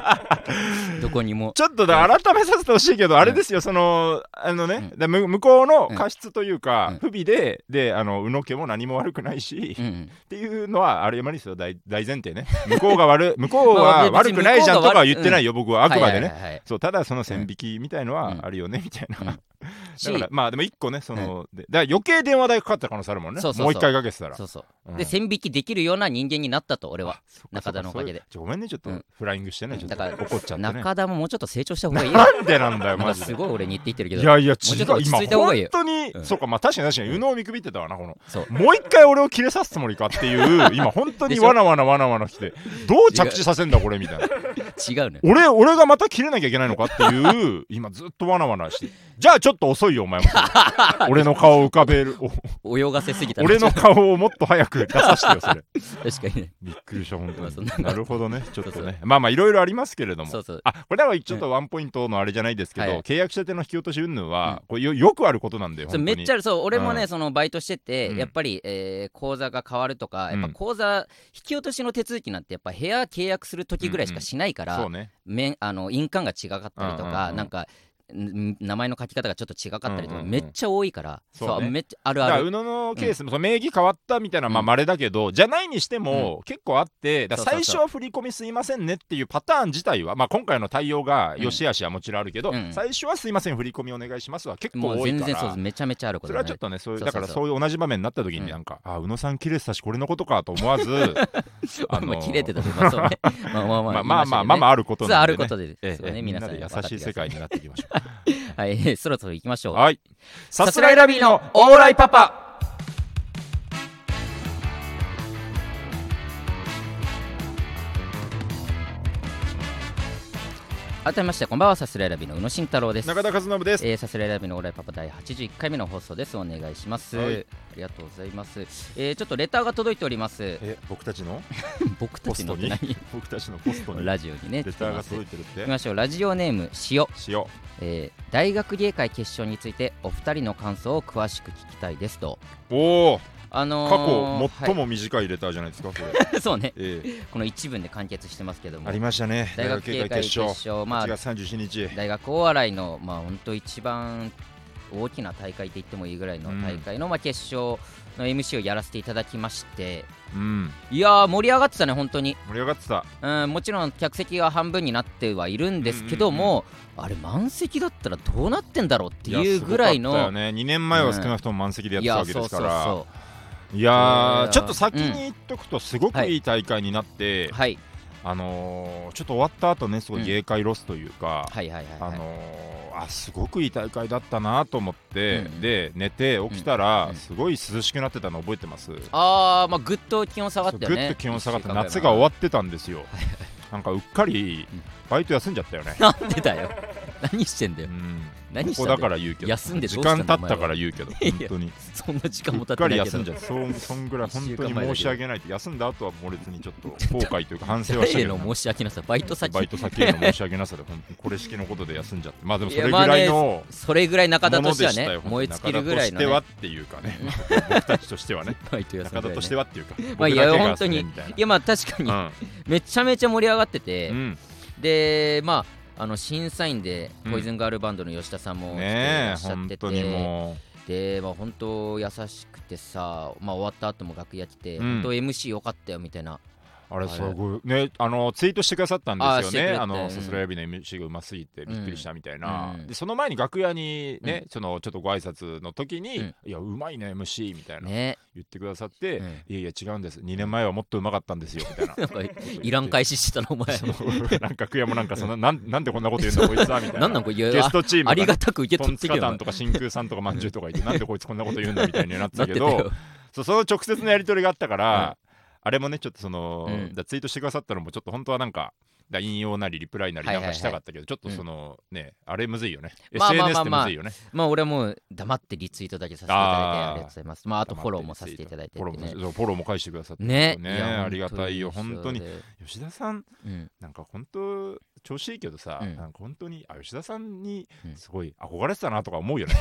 [SPEAKER 1] どこにも。
[SPEAKER 2] ちょっとだ改めさせてほしいけど、あれですよ、その、あのね、だむ向こうの過失という
[SPEAKER 1] うん
[SPEAKER 2] か、不備で、で、あの、宇野家も何も悪くないし、
[SPEAKER 1] う
[SPEAKER 2] っ
[SPEAKER 1] ん
[SPEAKER 2] ていうのは、あれ、山ですよ、大大前提ね。向こうが悪 い、向こう
[SPEAKER 1] まあ
[SPEAKER 2] は
[SPEAKER 1] 別に
[SPEAKER 2] 悪くないじゃん
[SPEAKER 1] 向ことうが
[SPEAKER 2] かは
[SPEAKER 1] 悪い
[SPEAKER 2] 言ってないよ、僕は、
[SPEAKER 1] うん、
[SPEAKER 2] あくまで
[SPEAKER 1] は
[SPEAKER 2] ね。
[SPEAKER 1] いはいはいはい
[SPEAKER 2] そう、ただその線引きみたいのはあるよね、みたいな。だから
[SPEAKER 1] し、
[SPEAKER 2] まあ、でも一個ね、その、でだから余計電話代かかった可能性あるもんね。
[SPEAKER 1] そうそうそう
[SPEAKER 2] もう一回かけてたら。
[SPEAKER 1] そうそうう。
[SPEAKER 2] ん
[SPEAKER 1] で、線引きできるような人間になったと、俺は。
[SPEAKER 2] そっか
[SPEAKER 1] 中田のおかげで
[SPEAKER 2] そうかそういうごめんね、ちょっと
[SPEAKER 1] うん
[SPEAKER 2] フライングしてね、ちょっと
[SPEAKER 1] だから
[SPEAKER 2] 怒っちゃってね。
[SPEAKER 1] 中田ももうちょっと成長した方が いいよ。
[SPEAKER 2] なんでなんだ
[SPEAKER 1] な
[SPEAKER 2] よ、
[SPEAKER 1] ん
[SPEAKER 2] マ
[SPEAKER 1] か
[SPEAKER 2] ジ
[SPEAKER 1] す
[SPEAKER 2] で。
[SPEAKER 1] ごい俺に言って言ってるけ
[SPEAKER 2] い
[SPEAKER 1] ど、
[SPEAKER 2] やいや、
[SPEAKER 1] う
[SPEAKER 2] 違
[SPEAKER 1] ちょっと
[SPEAKER 2] う、
[SPEAKER 1] 落ち
[SPEAKER 2] 今、
[SPEAKER 1] 着いた方がいいよ
[SPEAKER 2] 本当に、
[SPEAKER 1] うん
[SPEAKER 2] そうか、まあ確かに確かに、右脳を見くびってたわな、この。
[SPEAKER 1] そう。
[SPEAKER 2] もう一回俺を切れさすつもりかって いう、今、本当にわなわなわなわな来て、どう着地させんだ、これ、みたいな。
[SPEAKER 1] 違うね。
[SPEAKER 2] 俺、俺がまた切れなきゃいけないのかっていう、今、ずっとわなわなして、じゃあちょっと遅いよ、お前も。 俺の顔を浮かべる、お
[SPEAKER 1] 泳がせすぎたな
[SPEAKER 2] 俺の顔をもっと早く出させてよ、そ れ。
[SPEAKER 1] 確かにね。
[SPEAKER 2] びっくりした、本
[SPEAKER 1] まあそ
[SPEAKER 2] 当
[SPEAKER 1] んな
[SPEAKER 2] に。なるほどね、ちょっと
[SPEAKER 1] そうそう
[SPEAKER 2] ね。まあまあ、いろいろありますけれども
[SPEAKER 1] そ。うそう。
[SPEAKER 2] あこれはちょっとワンポイントのあれじゃないですけど、
[SPEAKER 1] はい
[SPEAKER 2] 契約者手の引き落とし云々は、これよよくあることなんだよ
[SPEAKER 1] そう
[SPEAKER 2] 本
[SPEAKER 1] め
[SPEAKER 2] 当
[SPEAKER 1] っ
[SPEAKER 2] に
[SPEAKER 1] ちゃあるそう俺もね、
[SPEAKER 2] う
[SPEAKER 1] そのバイトしてて、
[SPEAKER 2] うん
[SPEAKER 1] やっぱり、えー口座が変わるとか、やっぱ
[SPEAKER 2] うん
[SPEAKER 1] 口座引き落としの手続きなんてやっぱ部屋契約する時ぐらいしかしないから、
[SPEAKER 2] そうね
[SPEAKER 1] めんあの印鑑が違かったりと
[SPEAKER 2] うんうん
[SPEAKER 1] か、
[SPEAKER 2] うん
[SPEAKER 1] なんかん名前の書き方がちょっと違かったりとか、
[SPEAKER 2] うんうんうん
[SPEAKER 1] めっちゃ多いから
[SPEAKER 2] そうね
[SPEAKER 1] めっちゃある
[SPEAKER 2] だか
[SPEAKER 1] あ
[SPEAKER 2] ら
[SPEAKER 1] る
[SPEAKER 2] 宇野のケースも、その名義変わったみたいなまあ稀だけど、じゃないにしても結構あってだから
[SPEAKER 1] そう
[SPEAKER 2] 最
[SPEAKER 1] そう
[SPEAKER 2] 初
[SPEAKER 1] そ
[SPEAKER 2] は振り込みすいませんねっていうパターン自体は、まあ、今回の対応が
[SPEAKER 1] うん
[SPEAKER 2] よしあしはもちろんあるけど、
[SPEAKER 1] うん
[SPEAKER 2] 最初はすいません振り込みお願いしますは結構
[SPEAKER 1] もう
[SPEAKER 2] 多い
[SPEAKER 1] 全
[SPEAKER 2] か
[SPEAKER 1] 然そう
[SPEAKER 2] ら
[SPEAKER 1] です。めちゃめちゃあるこ
[SPEAKER 2] そ
[SPEAKER 1] と
[SPEAKER 2] れ
[SPEAKER 1] だ
[SPEAKER 2] は
[SPEAKER 1] ね
[SPEAKER 2] ちょっとねそういう
[SPEAKER 1] そう
[SPEAKER 2] だから
[SPEAKER 1] そうそ
[SPEAKER 2] そういう同じ場面になった時
[SPEAKER 1] うん
[SPEAKER 2] になんか、あ宇野さん切れてたしこれのことかと思わずあの
[SPEAKER 1] まあ切れてたとかそうねまあまあま
[SPEAKER 2] ま
[SPEAKER 1] あ
[SPEAKER 2] あまあまあまあま
[SPEAKER 1] あ
[SPEAKER 2] ああること
[SPEAKER 1] 実はあ
[SPEAKER 2] なんで、
[SPEAKER 1] る
[SPEAKER 2] ね、
[SPEAKER 1] ことで、
[SPEAKER 2] ええ
[SPEAKER 1] そうね
[SPEAKER 2] ええ
[SPEAKER 1] 皆さん
[SPEAKER 2] みんなで優しい世界になっていきましょう
[SPEAKER 1] はいそろそろ行きましょう
[SPEAKER 2] はい。
[SPEAKER 1] さすらいラビーのオ
[SPEAKER 2] ーライパパ。
[SPEAKER 1] 改めましてこんばんはさすらいラビーの宇野慎太郎です
[SPEAKER 2] 中田和信です。
[SPEAKER 1] えー、サスライラビのオーライパパ第81回目の放送です。お願いします。
[SPEAKER 2] はい
[SPEAKER 1] ありがとうございます、えー。ちょっとレターが届いております。
[SPEAKER 2] え、僕たちの
[SPEAKER 1] 僕た
[SPEAKER 2] ポ
[SPEAKER 1] ち
[SPEAKER 2] ス
[SPEAKER 1] の
[SPEAKER 2] ト
[SPEAKER 1] って
[SPEAKER 2] に
[SPEAKER 1] 何、
[SPEAKER 2] 僕たちのポストにレ
[SPEAKER 1] ラジオにね、
[SPEAKER 2] タ
[SPEAKER 1] 来て
[SPEAKER 2] ー
[SPEAKER 1] ま
[SPEAKER 2] が
[SPEAKER 1] す
[SPEAKER 2] 届いてるっ
[SPEAKER 1] 行
[SPEAKER 2] て
[SPEAKER 1] き。ましょう。ラジオネーム、塩、
[SPEAKER 2] しよ
[SPEAKER 1] えー。大学芸会決勝についてお二人の感想を詳しく聞きたいですと。
[SPEAKER 2] う。おお、
[SPEAKER 1] あの
[SPEAKER 2] 過
[SPEAKER 1] ー、
[SPEAKER 2] 去最も短いレターじゃないですか。これ。
[SPEAKER 1] はい そうね、
[SPEAKER 2] ええ
[SPEAKER 1] この一文で完結してますけども
[SPEAKER 2] あり。ましたね。
[SPEAKER 1] 大学芸会決勝、ま
[SPEAKER 2] 8
[SPEAKER 1] あ、
[SPEAKER 2] 月三十一日。
[SPEAKER 1] 大学お笑いの、まあ、本当一番大きな大会と言ってもいいぐらいの大会の、まあ、決勝の MC をやらせていただきまして
[SPEAKER 2] うん。
[SPEAKER 1] いやー盛り上がってたね本当に、
[SPEAKER 2] 盛り上がってた。
[SPEAKER 1] うん、もちろん客席が半分になってはいるんですけども、あれ満席だったらどうなってんだろうっていうぐらい
[SPEAKER 2] やすごかった
[SPEAKER 1] の
[SPEAKER 2] よね。二年前は少なくとも満席でやってたわけですか
[SPEAKER 1] いやそう
[SPEAKER 2] ら。
[SPEAKER 1] そう
[SPEAKER 2] いや
[SPEAKER 1] う
[SPEAKER 2] ー、
[SPEAKER 1] ん
[SPEAKER 2] ちょっと先に言っとくと、すごくいい大会になって
[SPEAKER 1] そう、はい
[SPEAKER 2] あのー、ちょっと終わった後ね、すごい芸会ロスというか。
[SPEAKER 1] はいはいはい
[SPEAKER 2] あ
[SPEAKER 1] はい、
[SPEAKER 2] のーあすごくいい大会だったなと思って、
[SPEAKER 1] うん
[SPEAKER 2] で寝て起きたら、
[SPEAKER 1] うん
[SPEAKER 2] すごい涼しくなってたの覚えてます、
[SPEAKER 1] あーまあぐっと気温下が
[SPEAKER 2] そ
[SPEAKER 1] っ
[SPEAKER 2] うぐ
[SPEAKER 1] た
[SPEAKER 2] っ
[SPEAKER 1] よね
[SPEAKER 2] と気温下がって夏が終わってたんですよなんかうっかり
[SPEAKER 1] うん
[SPEAKER 2] バイト休んじゃったよね、
[SPEAKER 1] わ なんでだよ何してんだ
[SPEAKER 2] う
[SPEAKER 1] よ
[SPEAKER 2] ん
[SPEAKER 1] 何し
[SPEAKER 2] ここ
[SPEAKER 1] た
[SPEAKER 2] だ
[SPEAKER 1] んだ
[SPEAKER 2] か
[SPEAKER 1] よ
[SPEAKER 2] ら言うけど
[SPEAKER 1] 休んでどうし
[SPEAKER 2] 時
[SPEAKER 1] たんだ
[SPEAKER 2] 間経ったから
[SPEAKER 1] お前は
[SPEAKER 2] 言うけど
[SPEAKER 1] いや
[SPEAKER 2] 本当 に
[SPEAKER 1] そんな時間
[SPEAKER 2] う
[SPEAKER 1] も経
[SPEAKER 2] っ
[SPEAKER 1] ってな
[SPEAKER 2] かり
[SPEAKER 1] いけ
[SPEAKER 2] 休
[SPEAKER 1] ど
[SPEAKER 2] んじゃうそんそんぐらい本
[SPEAKER 1] 一
[SPEAKER 2] 当
[SPEAKER 1] 週間
[SPEAKER 2] に
[SPEAKER 1] 前だけど
[SPEAKER 2] 申し訳ないって休んだ後は漏れずにちょっ と後悔というか反省はした
[SPEAKER 1] 誰へ
[SPEAKER 2] け
[SPEAKER 1] の
[SPEAKER 2] ど
[SPEAKER 1] 申し訳なさバイト先
[SPEAKER 2] バイト先への申し訳なさで本当にこれ式のことで休んじゃってまあでもそれぐ
[SPEAKER 1] いやまあね
[SPEAKER 2] らいの
[SPEAKER 1] それぐらい中田
[SPEAKER 2] も
[SPEAKER 1] と
[SPEAKER 2] の
[SPEAKER 1] して
[SPEAKER 2] で
[SPEAKER 1] は
[SPEAKER 2] した
[SPEAKER 1] ね
[SPEAKER 2] よ
[SPEAKER 1] 燃え尽きるぐらいの、
[SPEAKER 2] 中田と
[SPEAKER 1] ね
[SPEAKER 2] してはっ、ていうか ね僕たちとしてはね
[SPEAKER 1] バイト休ん
[SPEAKER 2] 中
[SPEAKER 1] だ
[SPEAKER 2] 田
[SPEAKER 1] よ
[SPEAKER 2] として
[SPEAKER 1] ね
[SPEAKER 2] はっていうか
[SPEAKER 1] まあい
[SPEAKER 2] 僕
[SPEAKER 1] や
[SPEAKER 2] だけが
[SPEAKER 1] 本当に
[SPEAKER 2] 遊んでみたい
[SPEAKER 1] いやまあ確かに
[SPEAKER 2] な
[SPEAKER 1] めちゃめちゃ盛り上がってて、
[SPEAKER 2] うんうん
[SPEAKER 1] でまああの審査員で
[SPEAKER 2] うん
[SPEAKER 1] ポイズンガールバンドの吉田さんも来ていら
[SPEAKER 2] ねえ
[SPEAKER 1] っしゃっ
[SPEAKER 2] 本
[SPEAKER 1] てて、
[SPEAKER 2] 当にも
[SPEAKER 1] でまあ本当優しくてさまあ終わった後も楽屋来て、
[SPEAKER 2] うん
[SPEAKER 1] 本当 MC 良かったよみたいな
[SPEAKER 2] うあれ
[SPEAKER 1] あれ
[SPEAKER 2] すごいねあのツイートしてくださったんですよね
[SPEAKER 1] あ
[SPEAKER 2] あ
[SPEAKER 1] してくれてう
[SPEAKER 2] の
[SPEAKER 1] ん
[SPEAKER 2] さすらい指の MC がうますぎてびっくりしたみたいな
[SPEAKER 1] うん
[SPEAKER 2] でその前に楽屋にねそのちょっとご挨拶の時
[SPEAKER 1] う
[SPEAKER 2] に
[SPEAKER 1] ん
[SPEAKER 2] いやうまいね MC みたいな
[SPEAKER 1] ね
[SPEAKER 2] 言ってくださっ
[SPEAKER 1] う
[SPEAKER 2] て
[SPEAKER 1] ん
[SPEAKER 2] いやいや違うんです2年前はもっとうまかったんですよみたい な
[SPEAKER 1] なんかいらん返ししてたのお前
[SPEAKER 2] そのなんか悔やもなんかそのなんなんでこんなこと言うんだこいつはみたいな
[SPEAKER 1] なんなんこれいや
[SPEAKER 2] ゲストチーム
[SPEAKER 1] あ
[SPEAKER 2] が
[SPEAKER 1] り
[SPEAKER 2] ね
[SPEAKER 1] がたく受け
[SPEAKER 2] ト
[SPEAKER 1] 取
[SPEAKER 2] ン
[SPEAKER 1] ってき
[SPEAKER 2] ツカ
[SPEAKER 1] た
[SPEAKER 2] タ
[SPEAKER 1] な
[SPEAKER 2] ンとか真空さんとかまんじゅうとかい てなんでこいつこんなこと言うんだみたいになって
[SPEAKER 1] な
[SPEAKER 2] た
[SPEAKER 1] って
[SPEAKER 2] け
[SPEAKER 1] た
[SPEAKER 2] ど
[SPEAKER 1] よ
[SPEAKER 2] そうその直接のやり取りがあったから、あれもねちょっとその、
[SPEAKER 1] うん
[SPEAKER 2] だツイートしてくださったのもちょっと本当はなんかだ引用なりリプライなり
[SPEAKER 1] はい
[SPEAKER 2] な
[SPEAKER 1] は
[SPEAKER 2] ん
[SPEAKER 1] いはい
[SPEAKER 2] かしたかったけど、ちょっとその、ねあれむずいよね、
[SPEAKER 1] まあまあ
[SPEAKER 2] SNS
[SPEAKER 1] まあまあ
[SPEAKER 2] ってむずいよね
[SPEAKER 1] まあ俺はもう黙ってリツイートだけさせていただいてありがとうございますまああとフォローもさせていただいて
[SPEAKER 2] フォ
[SPEAKER 1] って
[SPEAKER 2] ローも
[SPEAKER 1] ね
[SPEAKER 2] そうフォローも返してくださって
[SPEAKER 1] ね
[SPEAKER 2] ね
[SPEAKER 1] いや
[SPEAKER 2] ありがたいよ本当に
[SPEAKER 1] そうで
[SPEAKER 2] 吉田さん
[SPEAKER 1] うん
[SPEAKER 2] なんか本当調子いいけどさ、
[SPEAKER 1] うん
[SPEAKER 2] なんか本当にあ吉田さんに
[SPEAKER 1] うん
[SPEAKER 2] すごい憧れてたなとか思うよ ね、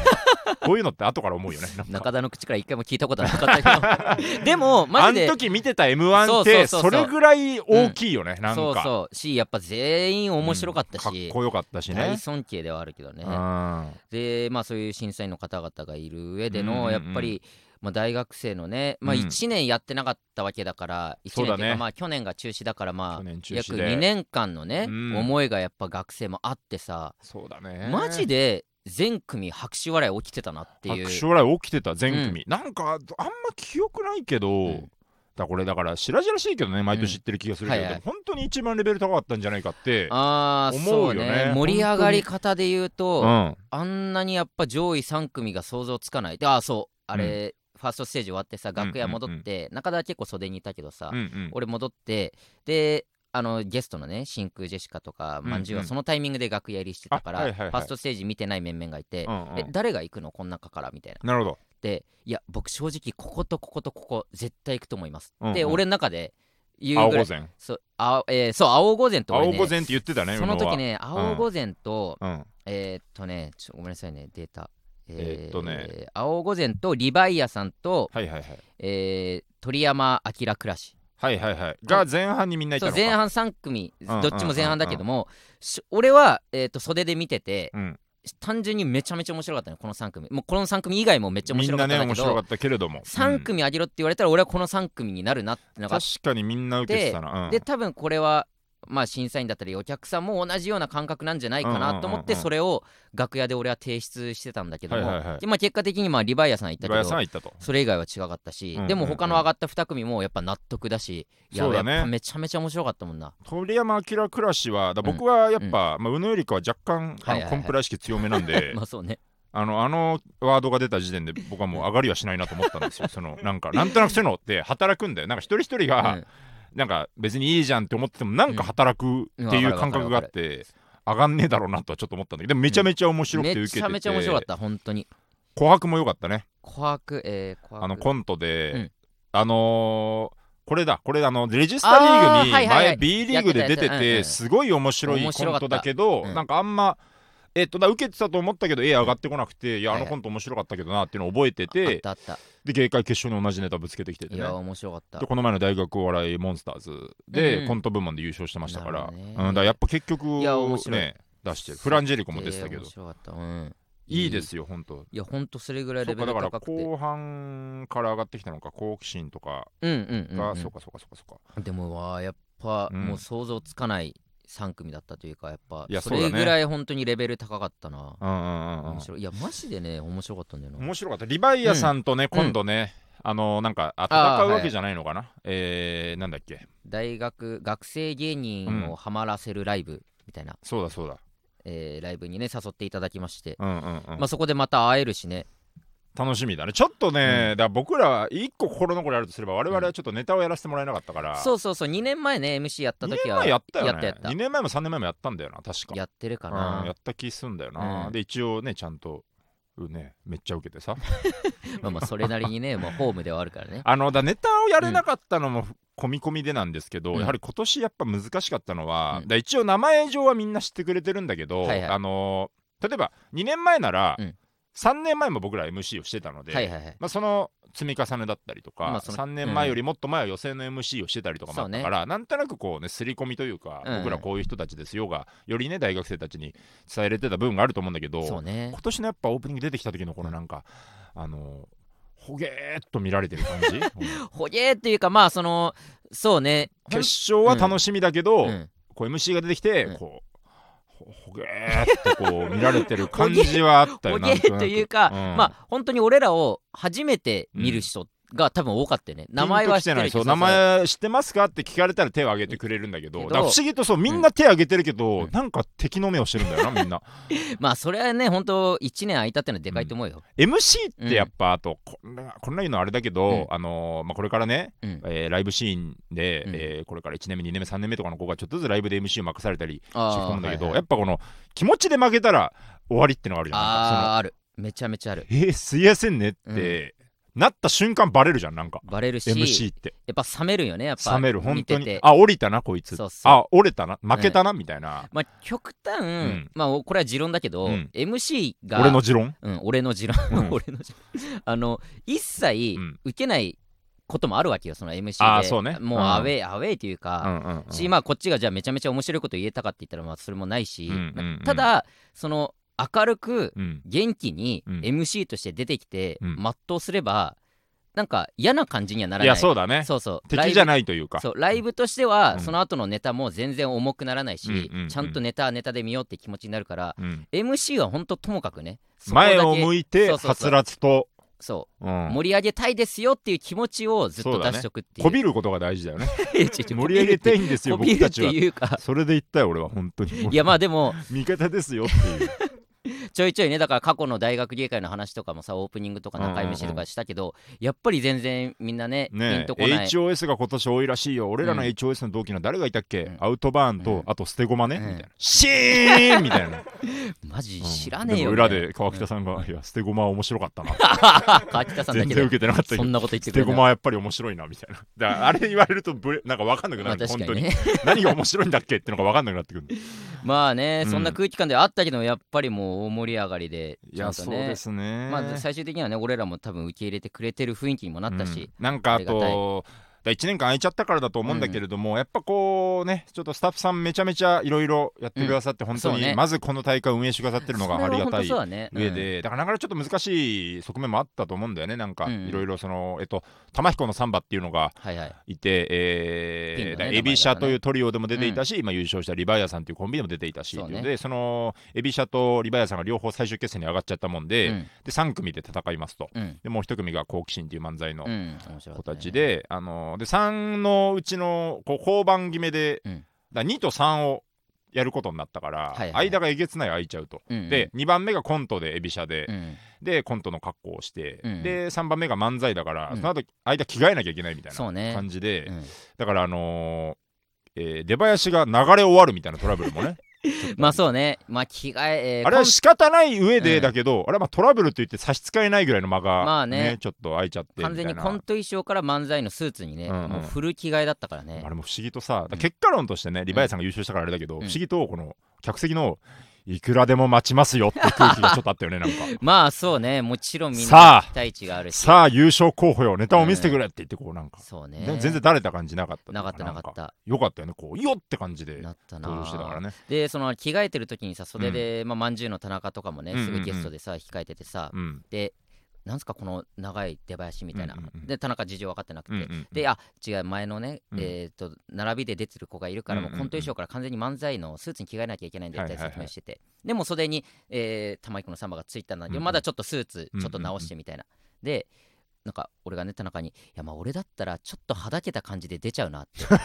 [SPEAKER 2] こういうのって後から思うよねなんか
[SPEAKER 1] 中田の口から一回も聞いたことはなかった けどでもマ
[SPEAKER 2] あ
[SPEAKER 1] ジで
[SPEAKER 2] の時見てた m 1って
[SPEAKER 1] そう
[SPEAKER 2] そ
[SPEAKER 1] そうそうそう
[SPEAKER 2] れぐらい大きいよね、なんか
[SPEAKER 1] そうそうしやっぱ全員面白かったし、
[SPEAKER 2] うんかっこよかったし
[SPEAKER 1] 大
[SPEAKER 2] ね
[SPEAKER 1] 尊敬ではあるけどね
[SPEAKER 2] うん
[SPEAKER 1] でまあそういう審査員の方々がいる上で
[SPEAKER 2] うんうん
[SPEAKER 1] の
[SPEAKER 2] うん
[SPEAKER 1] やっぱり、まあ、大学生のね、まあ、
[SPEAKER 2] うん
[SPEAKER 1] 1年やってなかったわけだから、一1
[SPEAKER 2] そう
[SPEAKER 1] 年
[SPEAKER 2] だ
[SPEAKER 1] って
[SPEAKER 2] ね
[SPEAKER 1] いうかまあ去年が中止だからま
[SPEAKER 2] 去
[SPEAKER 1] あ
[SPEAKER 2] 年中
[SPEAKER 1] 約
[SPEAKER 2] 止で
[SPEAKER 1] 2年間のね、
[SPEAKER 2] うん
[SPEAKER 1] 思いがやっぱ学生もあってさ、
[SPEAKER 2] そうだね
[SPEAKER 1] マジで全組拍手笑い起きてたなっていう
[SPEAKER 2] 拍手笑い起きてた全組、なんかあんま記憶ないけど、
[SPEAKER 1] ん
[SPEAKER 2] だこれだから白々しいけどね毎年知ってる気がするけど、
[SPEAKER 1] うんはいはい
[SPEAKER 2] 本当に一番レベル高かったんじゃないかって
[SPEAKER 1] あー
[SPEAKER 2] 思
[SPEAKER 1] そう
[SPEAKER 2] うよね
[SPEAKER 1] ね盛り上がり方で言うと、
[SPEAKER 2] うん
[SPEAKER 1] あんなにやっぱ上位3組が想像つかないであーそうあれ、ファーストステージ終わってさ楽屋戻って、中田は結構袖にいたけどさ、
[SPEAKER 2] うんうん
[SPEAKER 1] 俺戻ってであのゲストのね真空ジェシカとか
[SPEAKER 2] ん
[SPEAKER 1] まんじゅうはそのタイミングで楽屋入りしてたから、
[SPEAKER 2] あはいはいはい
[SPEAKER 1] ファーストステージ見てない面々がいて、
[SPEAKER 2] うんうん
[SPEAKER 1] え誰が行くのこん中からみたいな
[SPEAKER 2] なるほど
[SPEAKER 1] でいや僕正直こことこことここ絶対行くと思います、
[SPEAKER 2] うんうん
[SPEAKER 1] で俺の中で言う
[SPEAKER 2] 青
[SPEAKER 1] ぐら
[SPEAKER 2] 御
[SPEAKER 1] い
[SPEAKER 2] 前
[SPEAKER 1] そう青,、えーそう青御前と俺、
[SPEAKER 2] 青
[SPEAKER 1] ね、
[SPEAKER 2] 御前って言ってたね
[SPEAKER 1] その
[SPEAKER 2] 宇野は
[SPEAKER 1] 時ね青御前と、
[SPEAKER 2] うん
[SPEAKER 1] えーっとね、ちょごめんなさいね、データ。
[SPEAKER 2] えーっとね
[SPEAKER 1] えー青御前とリバイアさんと、
[SPEAKER 2] はいはいはい
[SPEAKER 1] えー鳥山明暮らし。
[SPEAKER 2] はいはいはいが前半にみんないた
[SPEAKER 1] そう
[SPEAKER 2] のか
[SPEAKER 1] 前半3組、
[SPEAKER 2] うん
[SPEAKER 1] どっちも前半だけども、し俺は、えーっと袖で見てて、
[SPEAKER 2] うん
[SPEAKER 1] 単純にめちゃめちゃ面白かったの、この3組。もうこの3組以外もめっちゃ面
[SPEAKER 2] みん
[SPEAKER 1] 白かった
[SPEAKER 2] なね
[SPEAKER 1] んだ
[SPEAKER 2] 面
[SPEAKER 1] け
[SPEAKER 2] 白か
[SPEAKER 1] ど、
[SPEAKER 2] ったけれども
[SPEAKER 1] 3組あげろって言われたら、俺はこの3組になるなってのがあっ
[SPEAKER 2] 確かにみんな受けてたな、うん、
[SPEAKER 1] で多分これはまあ審査員だったりお客さんも同じような感覚なんじゃないかなと思っ
[SPEAKER 2] うんうんう
[SPEAKER 1] て
[SPEAKER 2] んうん
[SPEAKER 1] それを楽屋で俺は提出してたんだけども、
[SPEAKER 2] はいはいはい
[SPEAKER 1] でまあ、結果的にまあリバイアさん行ったけ
[SPEAKER 2] リバ
[SPEAKER 1] ど
[SPEAKER 2] ヤさんは行ったと
[SPEAKER 1] それ以外は違かったし、
[SPEAKER 2] うんうんうん
[SPEAKER 1] でも他の上がった2組もやっぱ納得だしいや
[SPEAKER 2] そうだね
[SPEAKER 1] やっぱめちゃめちゃ面白かったもんな
[SPEAKER 2] 鳥山明暮らしはだ僕はやっぱ、まあ、宇野よりかは若干あ
[SPEAKER 1] はいはい
[SPEAKER 2] の
[SPEAKER 1] はい
[SPEAKER 2] コンプラ意識強めなん で、
[SPEAKER 1] まあそうね
[SPEAKER 2] あのあのワードが出た時点で僕はもう上がりはしないなと思ったんですよそのなんかなんとなくそういうのって働くんだよなんか一人一人が、
[SPEAKER 1] うん
[SPEAKER 2] なんか別にいいじゃんって思っててもなんか働くっていう感覚があって、上がんねえだろうなとはちょっと思ったんだけどでもめちゃめちゃ面白くて受け
[SPEAKER 1] め
[SPEAKER 2] てて、
[SPEAKER 1] ちゃめちゃ面白かった本当に
[SPEAKER 2] 紅白も良かったね
[SPEAKER 1] 琥珀えー、琥珀
[SPEAKER 2] あのコントで、
[SPEAKER 1] うん
[SPEAKER 2] あのーこれだこれあのレジスタリーグに
[SPEAKER 1] あーはいはいは
[SPEAKER 2] 前
[SPEAKER 1] い
[SPEAKER 2] B リーグで出て
[SPEAKER 1] やってたやってたうんうん
[SPEAKER 2] てすごい面白い
[SPEAKER 1] 面
[SPEAKER 2] コ
[SPEAKER 1] 白かっ
[SPEAKER 2] ン
[SPEAKER 1] た
[SPEAKER 2] トだけど
[SPEAKER 1] うん
[SPEAKER 2] なんかあんまえっとだ受けてたと思ったけど A 上がってこなくていや
[SPEAKER 1] は
[SPEAKER 2] あ
[SPEAKER 1] いは
[SPEAKER 2] の
[SPEAKER 1] い
[SPEAKER 2] コント面白かったけどなっていうのを覚えて
[SPEAKER 1] あってたあった
[SPEAKER 2] で芸会決勝に同じネタぶつけてきてて
[SPEAKER 1] い
[SPEAKER 2] ね
[SPEAKER 1] や面白かった
[SPEAKER 2] でこの前の大学お笑いモンスターズ
[SPEAKER 1] う
[SPEAKER 2] で
[SPEAKER 1] ん
[SPEAKER 2] コント部門で優勝してましたから
[SPEAKER 1] なるほどね
[SPEAKER 2] うんだからやっぱ結局
[SPEAKER 1] いや面白い
[SPEAKER 2] ね出してるフランジェリコも出てたけ
[SPEAKER 1] えー
[SPEAKER 2] ど
[SPEAKER 1] 面白かった、うん、
[SPEAKER 2] いいですよ本当
[SPEAKER 1] いやほんとそれぐらい
[SPEAKER 2] そ
[SPEAKER 1] レ
[SPEAKER 2] っ
[SPEAKER 1] ベル
[SPEAKER 2] かだから
[SPEAKER 1] 高くて
[SPEAKER 2] 後半から上がってきたのか好奇心とか
[SPEAKER 1] うんうんうん、
[SPEAKER 2] が、
[SPEAKER 1] うん
[SPEAKER 2] そうかそうかそうかそうか
[SPEAKER 1] でもわあやっぱ、
[SPEAKER 2] うん
[SPEAKER 1] もう想像つかない3組だったというかやっぱ
[SPEAKER 2] いや
[SPEAKER 1] そ
[SPEAKER 2] そ
[SPEAKER 1] れ
[SPEAKER 2] うだね
[SPEAKER 1] ぐらい本当にレベル高かったな、
[SPEAKER 2] うんうんうん
[SPEAKER 1] 面白いいやマジでね面白かったんだよな
[SPEAKER 2] 面白かったリバイアさんとね、今度ねあのなんかあ戦うわけじゃないのかな、えー、なんだっけ
[SPEAKER 1] 大学学生芸人をハマらせるライブみたいな、
[SPEAKER 2] そうだそうだ
[SPEAKER 1] えーライブにね誘っていただきまして、
[SPEAKER 2] うんうんうん、
[SPEAKER 1] まあそこでまた会えるしね
[SPEAKER 2] 楽しみだねちょっとね、だから僕ら一個心残りあるとすれば我々はちょっとネタをやらせてもらえなかったから、
[SPEAKER 1] そうそうそう2年前ね MC やった
[SPEAKER 2] 2
[SPEAKER 1] 時
[SPEAKER 2] 年
[SPEAKER 1] は
[SPEAKER 2] 前やったよね
[SPEAKER 1] やったやった
[SPEAKER 2] 2年前も3年前もやったんだよな確か
[SPEAKER 1] やってるか
[SPEAKER 2] うん、や
[SPEAKER 1] な
[SPEAKER 2] っ、た気すんだよな、
[SPEAKER 1] うん
[SPEAKER 2] で一応ねちゃんとうんねめっちゃ受けてさ
[SPEAKER 1] まあまあそれなりに ねもうホームではあるからね
[SPEAKER 2] あのだネタをやれなかったのも込み込みでなんですけど、
[SPEAKER 1] うん
[SPEAKER 2] やはり今年やっぱ難しかったのは、
[SPEAKER 1] うん
[SPEAKER 2] だ一応名前上はみんな知ってくれてるんだけど、
[SPEAKER 1] はいはい
[SPEAKER 2] あの例えば2年前なら、
[SPEAKER 1] うん
[SPEAKER 2] 3年前も僕ら MC をしてたので、
[SPEAKER 1] はいはいはい
[SPEAKER 2] まあ、その積み重ねだったりとか、
[SPEAKER 1] まあその
[SPEAKER 2] 3年前よりもっと前は予選の MC をしてたりとかもあったから、なんとなくこうね刷り込みというか、
[SPEAKER 1] うん
[SPEAKER 2] 僕らこういう人たちですよがよりね大学生たちに伝えれてた部分があると思うんだけど、
[SPEAKER 1] そうね
[SPEAKER 2] 今年のやっぱオープニング出てきた時のこのなんかあのほげーっと見られてる感じ うん
[SPEAKER 1] ほげーっていうかまあそのそうね
[SPEAKER 2] 決勝は楽しみだけど、
[SPEAKER 1] うん
[SPEAKER 2] こう MC が出てきて、
[SPEAKER 1] うん
[SPEAKER 2] こうほほげーってこう見られてる感じはあっ た
[SPEAKER 1] ほ
[SPEAKER 2] よ
[SPEAKER 1] げーというか、ま
[SPEAKER 2] あ
[SPEAKER 1] あ本当に俺らを初めて見る人が多分多かったよね、名前は知ってる
[SPEAKER 2] ない
[SPEAKER 1] けど
[SPEAKER 2] そう
[SPEAKER 1] さ
[SPEAKER 2] 名前知ってますかって聞かれたら手を挙げてくれるんだけど
[SPEAKER 1] けど
[SPEAKER 2] だから不思議とそうみんな手挙げてるけど、
[SPEAKER 1] うん
[SPEAKER 2] なんか敵の目をしてるんだよなみんな
[SPEAKER 1] まあそれはね本当一1年空いたってのはでかいと思うよ、
[SPEAKER 2] MC ってやっぱあとこんなこんな言うのあれだけど、あのーまあ、これからね
[SPEAKER 1] うん
[SPEAKER 2] えーライブシーンで、
[SPEAKER 1] うん
[SPEAKER 2] えーこれから1年目2年目3年目とかの子がちょっとずつライブで MC を任されたりしていく
[SPEAKER 1] あ
[SPEAKER 2] と
[SPEAKER 1] ー
[SPEAKER 2] 思うんだけど、
[SPEAKER 1] はいはい
[SPEAKER 2] やっぱこの気持ちで負けたら終わりってのがあるじゃんな
[SPEAKER 1] あー
[SPEAKER 2] い
[SPEAKER 1] あるめちゃめちゃある
[SPEAKER 2] そのえー、すいやせんねって、なった瞬間バレるじゃんなんか
[SPEAKER 1] バレるし
[SPEAKER 2] MC って
[SPEAKER 1] やっぱ冷めるよねやっぱ
[SPEAKER 2] 冷める本当に
[SPEAKER 1] 見てて
[SPEAKER 2] あ降りたなこいつ
[SPEAKER 1] そうそう
[SPEAKER 2] あ折れたな負けたな、みたいな
[SPEAKER 1] まあ極端、
[SPEAKER 2] ん
[SPEAKER 1] まあおこれは持論だけど、
[SPEAKER 2] うん
[SPEAKER 1] MC が
[SPEAKER 2] 俺の持論
[SPEAKER 1] うん、俺の持論、
[SPEAKER 2] うん
[SPEAKER 1] 俺の持論あの一切
[SPEAKER 2] うん
[SPEAKER 1] 受けないこともあるわけよその MC で
[SPEAKER 2] あーそうね
[SPEAKER 1] もう
[SPEAKER 2] うん
[SPEAKER 1] アウェイ、アウェイという
[SPEAKER 2] うん
[SPEAKER 1] か、
[SPEAKER 2] うんうん
[SPEAKER 1] しまあこっちがじゃあめちゃめちゃ面白いこと言えたかって言ったらまあそれもないし、
[SPEAKER 2] うんうんうん
[SPEAKER 1] ただその明るく
[SPEAKER 2] うん
[SPEAKER 1] 元気に
[SPEAKER 2] うん
[SPEAKER 1] MC として出てきて、
[SPEAKER 2] うん
[SPEAKER 1] 全うすればなんか嫌な感じにはならない
[SPEAKER 2] いやそうだね
[SPEAKER 1] そうそう
[SPEAKER 2] 敵じゃ
[SPEAKER 1] い
[SPEAKER 2] ないというか
[SPEAKER 1] そうライブとして
[SPEAKER 2] う
[SPEAKER 1] は、
[SPEAKER 2] ん
[SPEAKER 1] その後のネタも全然重くならないし、
[SPEAKER 2] うんうんうん
[SPEAKER 1] ちゃんとネタはネタで見ようって気持ちになるから、
[SPEAKER 2] うん、
[SPEAKER 1] MC は本当ともかくねそこだけ
[SPEAKER 2] 前を向いて
[SPEAKER 1] そうそう
[SPEAKER 2] は
[SPEAKER 1] そう
[SPEAKER 2] つらつと、
[SPEAKER 1] そうう、
[SPEAKER 2] ん、
[SPEAKER 1] 盛り上げたいですよっていう気持ちをずっ
[SPEAKER 2] そ
[SPEAKER 1] と
[SPEAKER 2] うだ
[SPEAKER 1] 出
[SPEAKER 2] ね
[SPEAKER 1] しとくっていう
[SPEAKER 2] こびることが大事だよね
[SPEAKER 1] いや違う違う
[SPEAKER 2] 盛り上げたいんですよ
[SPEAKER 1] こびる
[SPEAKER 2] 僕た
[SPEAKER 1] って
[SPEAKER 2] ちは
[SPEAKER 1] いうか
[SPEAKER 2] それで言ったよ俺は本当に
[SPEAKER 1] いやま あでも
[SPEAKER 2] 味方ですよっていう
[SPEAKER 1] ちょいちょいねだから過去の大学芸会の話とかもさオープニングとか中居飯とかしたけど、やっぱり全然みんなねピン
[SPEAKER 2] ね
[SPEAKER 1] とこない、
[SPEAKER 2] HOS が今年多いらしいよ俺らの HOS の同期の誰がいたっけ、
[SPEAKER 1] うん
[SPEAKER 2] アウトバーンと、
[SPEAKER 1] うん
[SPEAKER 2] あと捨て駒ね、
[SPEAKER 1] うん
[SPEAKER 2] みたいなシーンみたいな、
[SPEAKER 1] マジ
[SPEAKER 2] うん
[SPEAKER 1] 知らねえよ、
[SPEAKER 2] でも裏で川北さんが、いや捨て駒は面白かっ たな
[SPEAKER 1] 川北さんだ
[SPEAKER 2] 全
[SPEAKER 1] け
[SPEAKER 2] 然
[SPEAKER 1] で
[SPEAKER 2] 受けてなかったけ
[SPEAKER 1] そん
[SPEAKER 2] ど
[SPEAKER 1] なこと言って
[SPEAKER 2] 捨
[SPEAKER 1] く
[SPEAKER 2] て
[SPEAKER 1] れ
[SPEAKER 2] 駒はやっぱり面白いなみたいなだからあれ言われるとブレなんか分かんなく
[SPEAKER 1] ま
[SPEAKER 2] な
[SPEAKER 1] あ
[SPEAKER 2] る、
[SPEAKER 1] 確
[SPEAKER 2] 本
[SPEAKER 1] か
[SPEAKER 2] 当
[SPEAKER 1] に
[SPEAKER 2] に
[SPEAKER 1] ね
[SPEAKER 2] 何が面白いんだっけってのが分かんなくなってく る
[SPEAKER 1] まあね、
[SPEAKER 2] うん
[SPEAKER 1] そんな空気感ではあったけどやっぱりもう大盛り上がりで
[SPEAKER 2] い
[SPEAKER 1] ちゃ
[SPEAKER 2] や
[SPEAKER 1] んと
[SPEAKER 2] そう
[SPEAKER 1] ね
[SPEAKER 2] ですね
[SPEAKER 1] まあ最終的にはね俺らも多分受け入れてくれてる雰囲気にもなったし、
[SPEAKER 2] うんなんかあ
[SPEAKER 1] ありがたい
[SPEAKER 2] と1年間空いちゃったからだと思うんだけれども、やっぱこうねちょっとスタッフさんめちゃめちゃいろいろやってくださって、本当
[SPEAKER 1] そう
[SPEAKER 2] に、
[SPEAKER 1] ね
[SPEAKER 2] まずこの大会を運営してくださってるのがありがた
[SPEAKER 1] そ
[SPEAKER 2] い
[SPEAKER 1] れは本当そうだね
[SPEAKER 2] 上で、だからなかなかちょっと難しい側面もあったと思うんだよねなんか
[SPEAKER 1] うん
[SPEAKER 2] いろいろそのえっと玉彦のサンバっていうのが
[SPEAKER 1] うんはいはい
[SPEAKER 2] いて、え
[SPEAKER 1] ピン
[SPEAKER 2] ー
[SPEAKER 1] のね
[SPEAKER 2] エビシ
[SPEAKER 1] 名前だからね
[SPEAKER 2] ャというトリオでも出ていたし、今優勝したリバイアさんというコンビでも出ていたし
[SPEAKER 1] そうね
[SPEAKER 2] というのでそのエビシャとリバイアさんが両方最終決戦に上がっちゃったもんで,、
[SPEAKER 1] うん
[SPEAKER 2] で3組で戦いますと
[SPEAKER 1] うん
[SPEAKER 2] でもう1組が好奇心という漫才の
[SPEAKER 1] うん面白か
[SPEAKER 2] 子
[SPEAKER 1] ったね
[SPEAKER 2] たちで,、あので3のうちのこう交番決めで、
[SPEAKER 1] うん
[SPEAKER 2] だ2と3をやることになったから、
[SPEAKER 1] はいはいはい
[SPEAKER 2] 間がえげつない空いちゃうと。
[SPEAKER 1] うんうん
[SPEAKER 2] で2番目がコントでエビシャで、
[SPEAKER 1] うん
[SPEAKER 2] でコントの格好をして、
[SPEAKER 1] うん
[SPEAKER 2] で3番目が漫才だから、
[SPEAKER 1] うん
[SPEAKER 2] その後間着替えなきゃいけないみたい
[SPEAKER 1] そう
[SPEAKER 2] な
[SPEAKER 1] ね
[SPEAKER 2] 感じで、
[SPEAKER 1] うん
[SPEAKER 2] だからあのーえー出囃子が流れ終わるみたいなトラブルも ね
[SPEAKER 1] まあそうねまあ着替ええー
[SPEAKER 2] あれは仕方ない上
[SPEAKER 1] う
[SPEAKER 2] で
[SPEAKER 1] ん
[SPEAKER 2] だけど、あれはまあトラブルといって差し支えないぐらいの間が、
[SPEAKER 1] まあね
[SPEAKER 2] ちょっと空いちゃってみたいな
[SPEAKER 1] 完全にコント衣装から漫才のスーツにね、
[SPEAKER 2] うんうん
[SPEAKER 1] もうフル着替えだったからね
[SPEAKER 2] あれも不思議とさ、だから結果論としてね、リヴァイさんが優勝したからあれだけど、
[SPEAKER 1] ん
[SPEAKER 2] 不思議とこの客席のいくらでも待ちますよって空気がちょっとあったよね、なんか。
[SPEAKER 1] まあそうねもちろんみん
[SPEAKER 2] さ
[SPEAKER 1] な
[SPEAKER 2] あ
[SPEAKER 1] 期待値があるし
[SPEAKER 2] さあ、優勝候補よ、ネタを見せてくれって言って、こうなんか、
[SPEAKER 1] そうね
[SPEAKER 2] ね全然だれた感じなかったという
[SPEAKER 1] なかったなかっ
[SPEAKER 2] ん
[SPEAKER 1] た
[SPEAKER 2] よかったよね、こう、よって感じで
[SPEAKER 1] なったな
[SPEAKER 2] 登場してたからね。
[SPEAKER 1] でその着替えてる時にさ袖で、まあ、まんじゅうの田中とかもね
[SPEAKER 2] うんうんうん
[SPEAKER 1] すぐゲストでさ控えててさ、
[SPEAKER 2] うん。
[SPEAKER 1] でなんすかこの長い出囃子みたいな、
[SPEAKER 2] うんうんうん
[SPEAKER 1] で田中事情分かってなくて、
[SPEAKER 2] うんうん
[SPEAKER 1] であ違う前のね、
[SPEAKER 2] うん
[SPEAKER 1] えっ、と並びで出てる子がいるから、
[SPEAKER 2] うん
[SPEAKER 1] も
[SPEAKER 2] うん
[SPEAKER 1] う
[SPEAKER 2] う
[SPEAKER 1] コ
[SPEAKER 2] ん
[SPEAKER 1] ント衣装から完全に漫才のスーツに着替えなきゃいけないんで
[SPEAKER 2] は
[SPEAKER 1] っ
[SPEAKER 2] いは
[SPEAKER 1] て
[SPEAKER 2] いはい
[SPEAKER 1] 説明してて、でも袖に、えー玉井子のサンバがついたんだけど、
[SPEAKER 2] うんうん
[SPEAKER 1] まだちょっとスーツ
[SPEAKER 2] うん
[SPEAKER 1] ちょっと直してみたいな、でなんか俺がね田中に「いやまあ俺だったらちょっとはだけた感じで出ちゃうな」 って ちょっ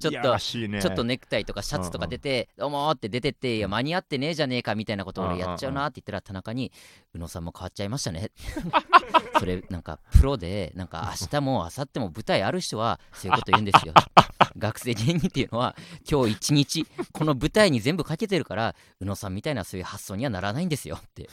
[SPEAKER 1] と
[SPEAKER 2] いやらしいね
[SPEAKER 1] ちょっとネクタイとかシャツとか出て「どうも」って出てって「いや間に合ってねえじゃねえか」みたいなことを俺やっちゃうなって言ったら田中に「宇野さんも変わっちゃいましたね」それなんかプロでなんか明日も明後日も舞台ある人はそういうこと言うんですよ 学生芸人っていうのは今日一日この舞台に全部かけてるから宇野さんみたいなそういう発想にはならないんですよって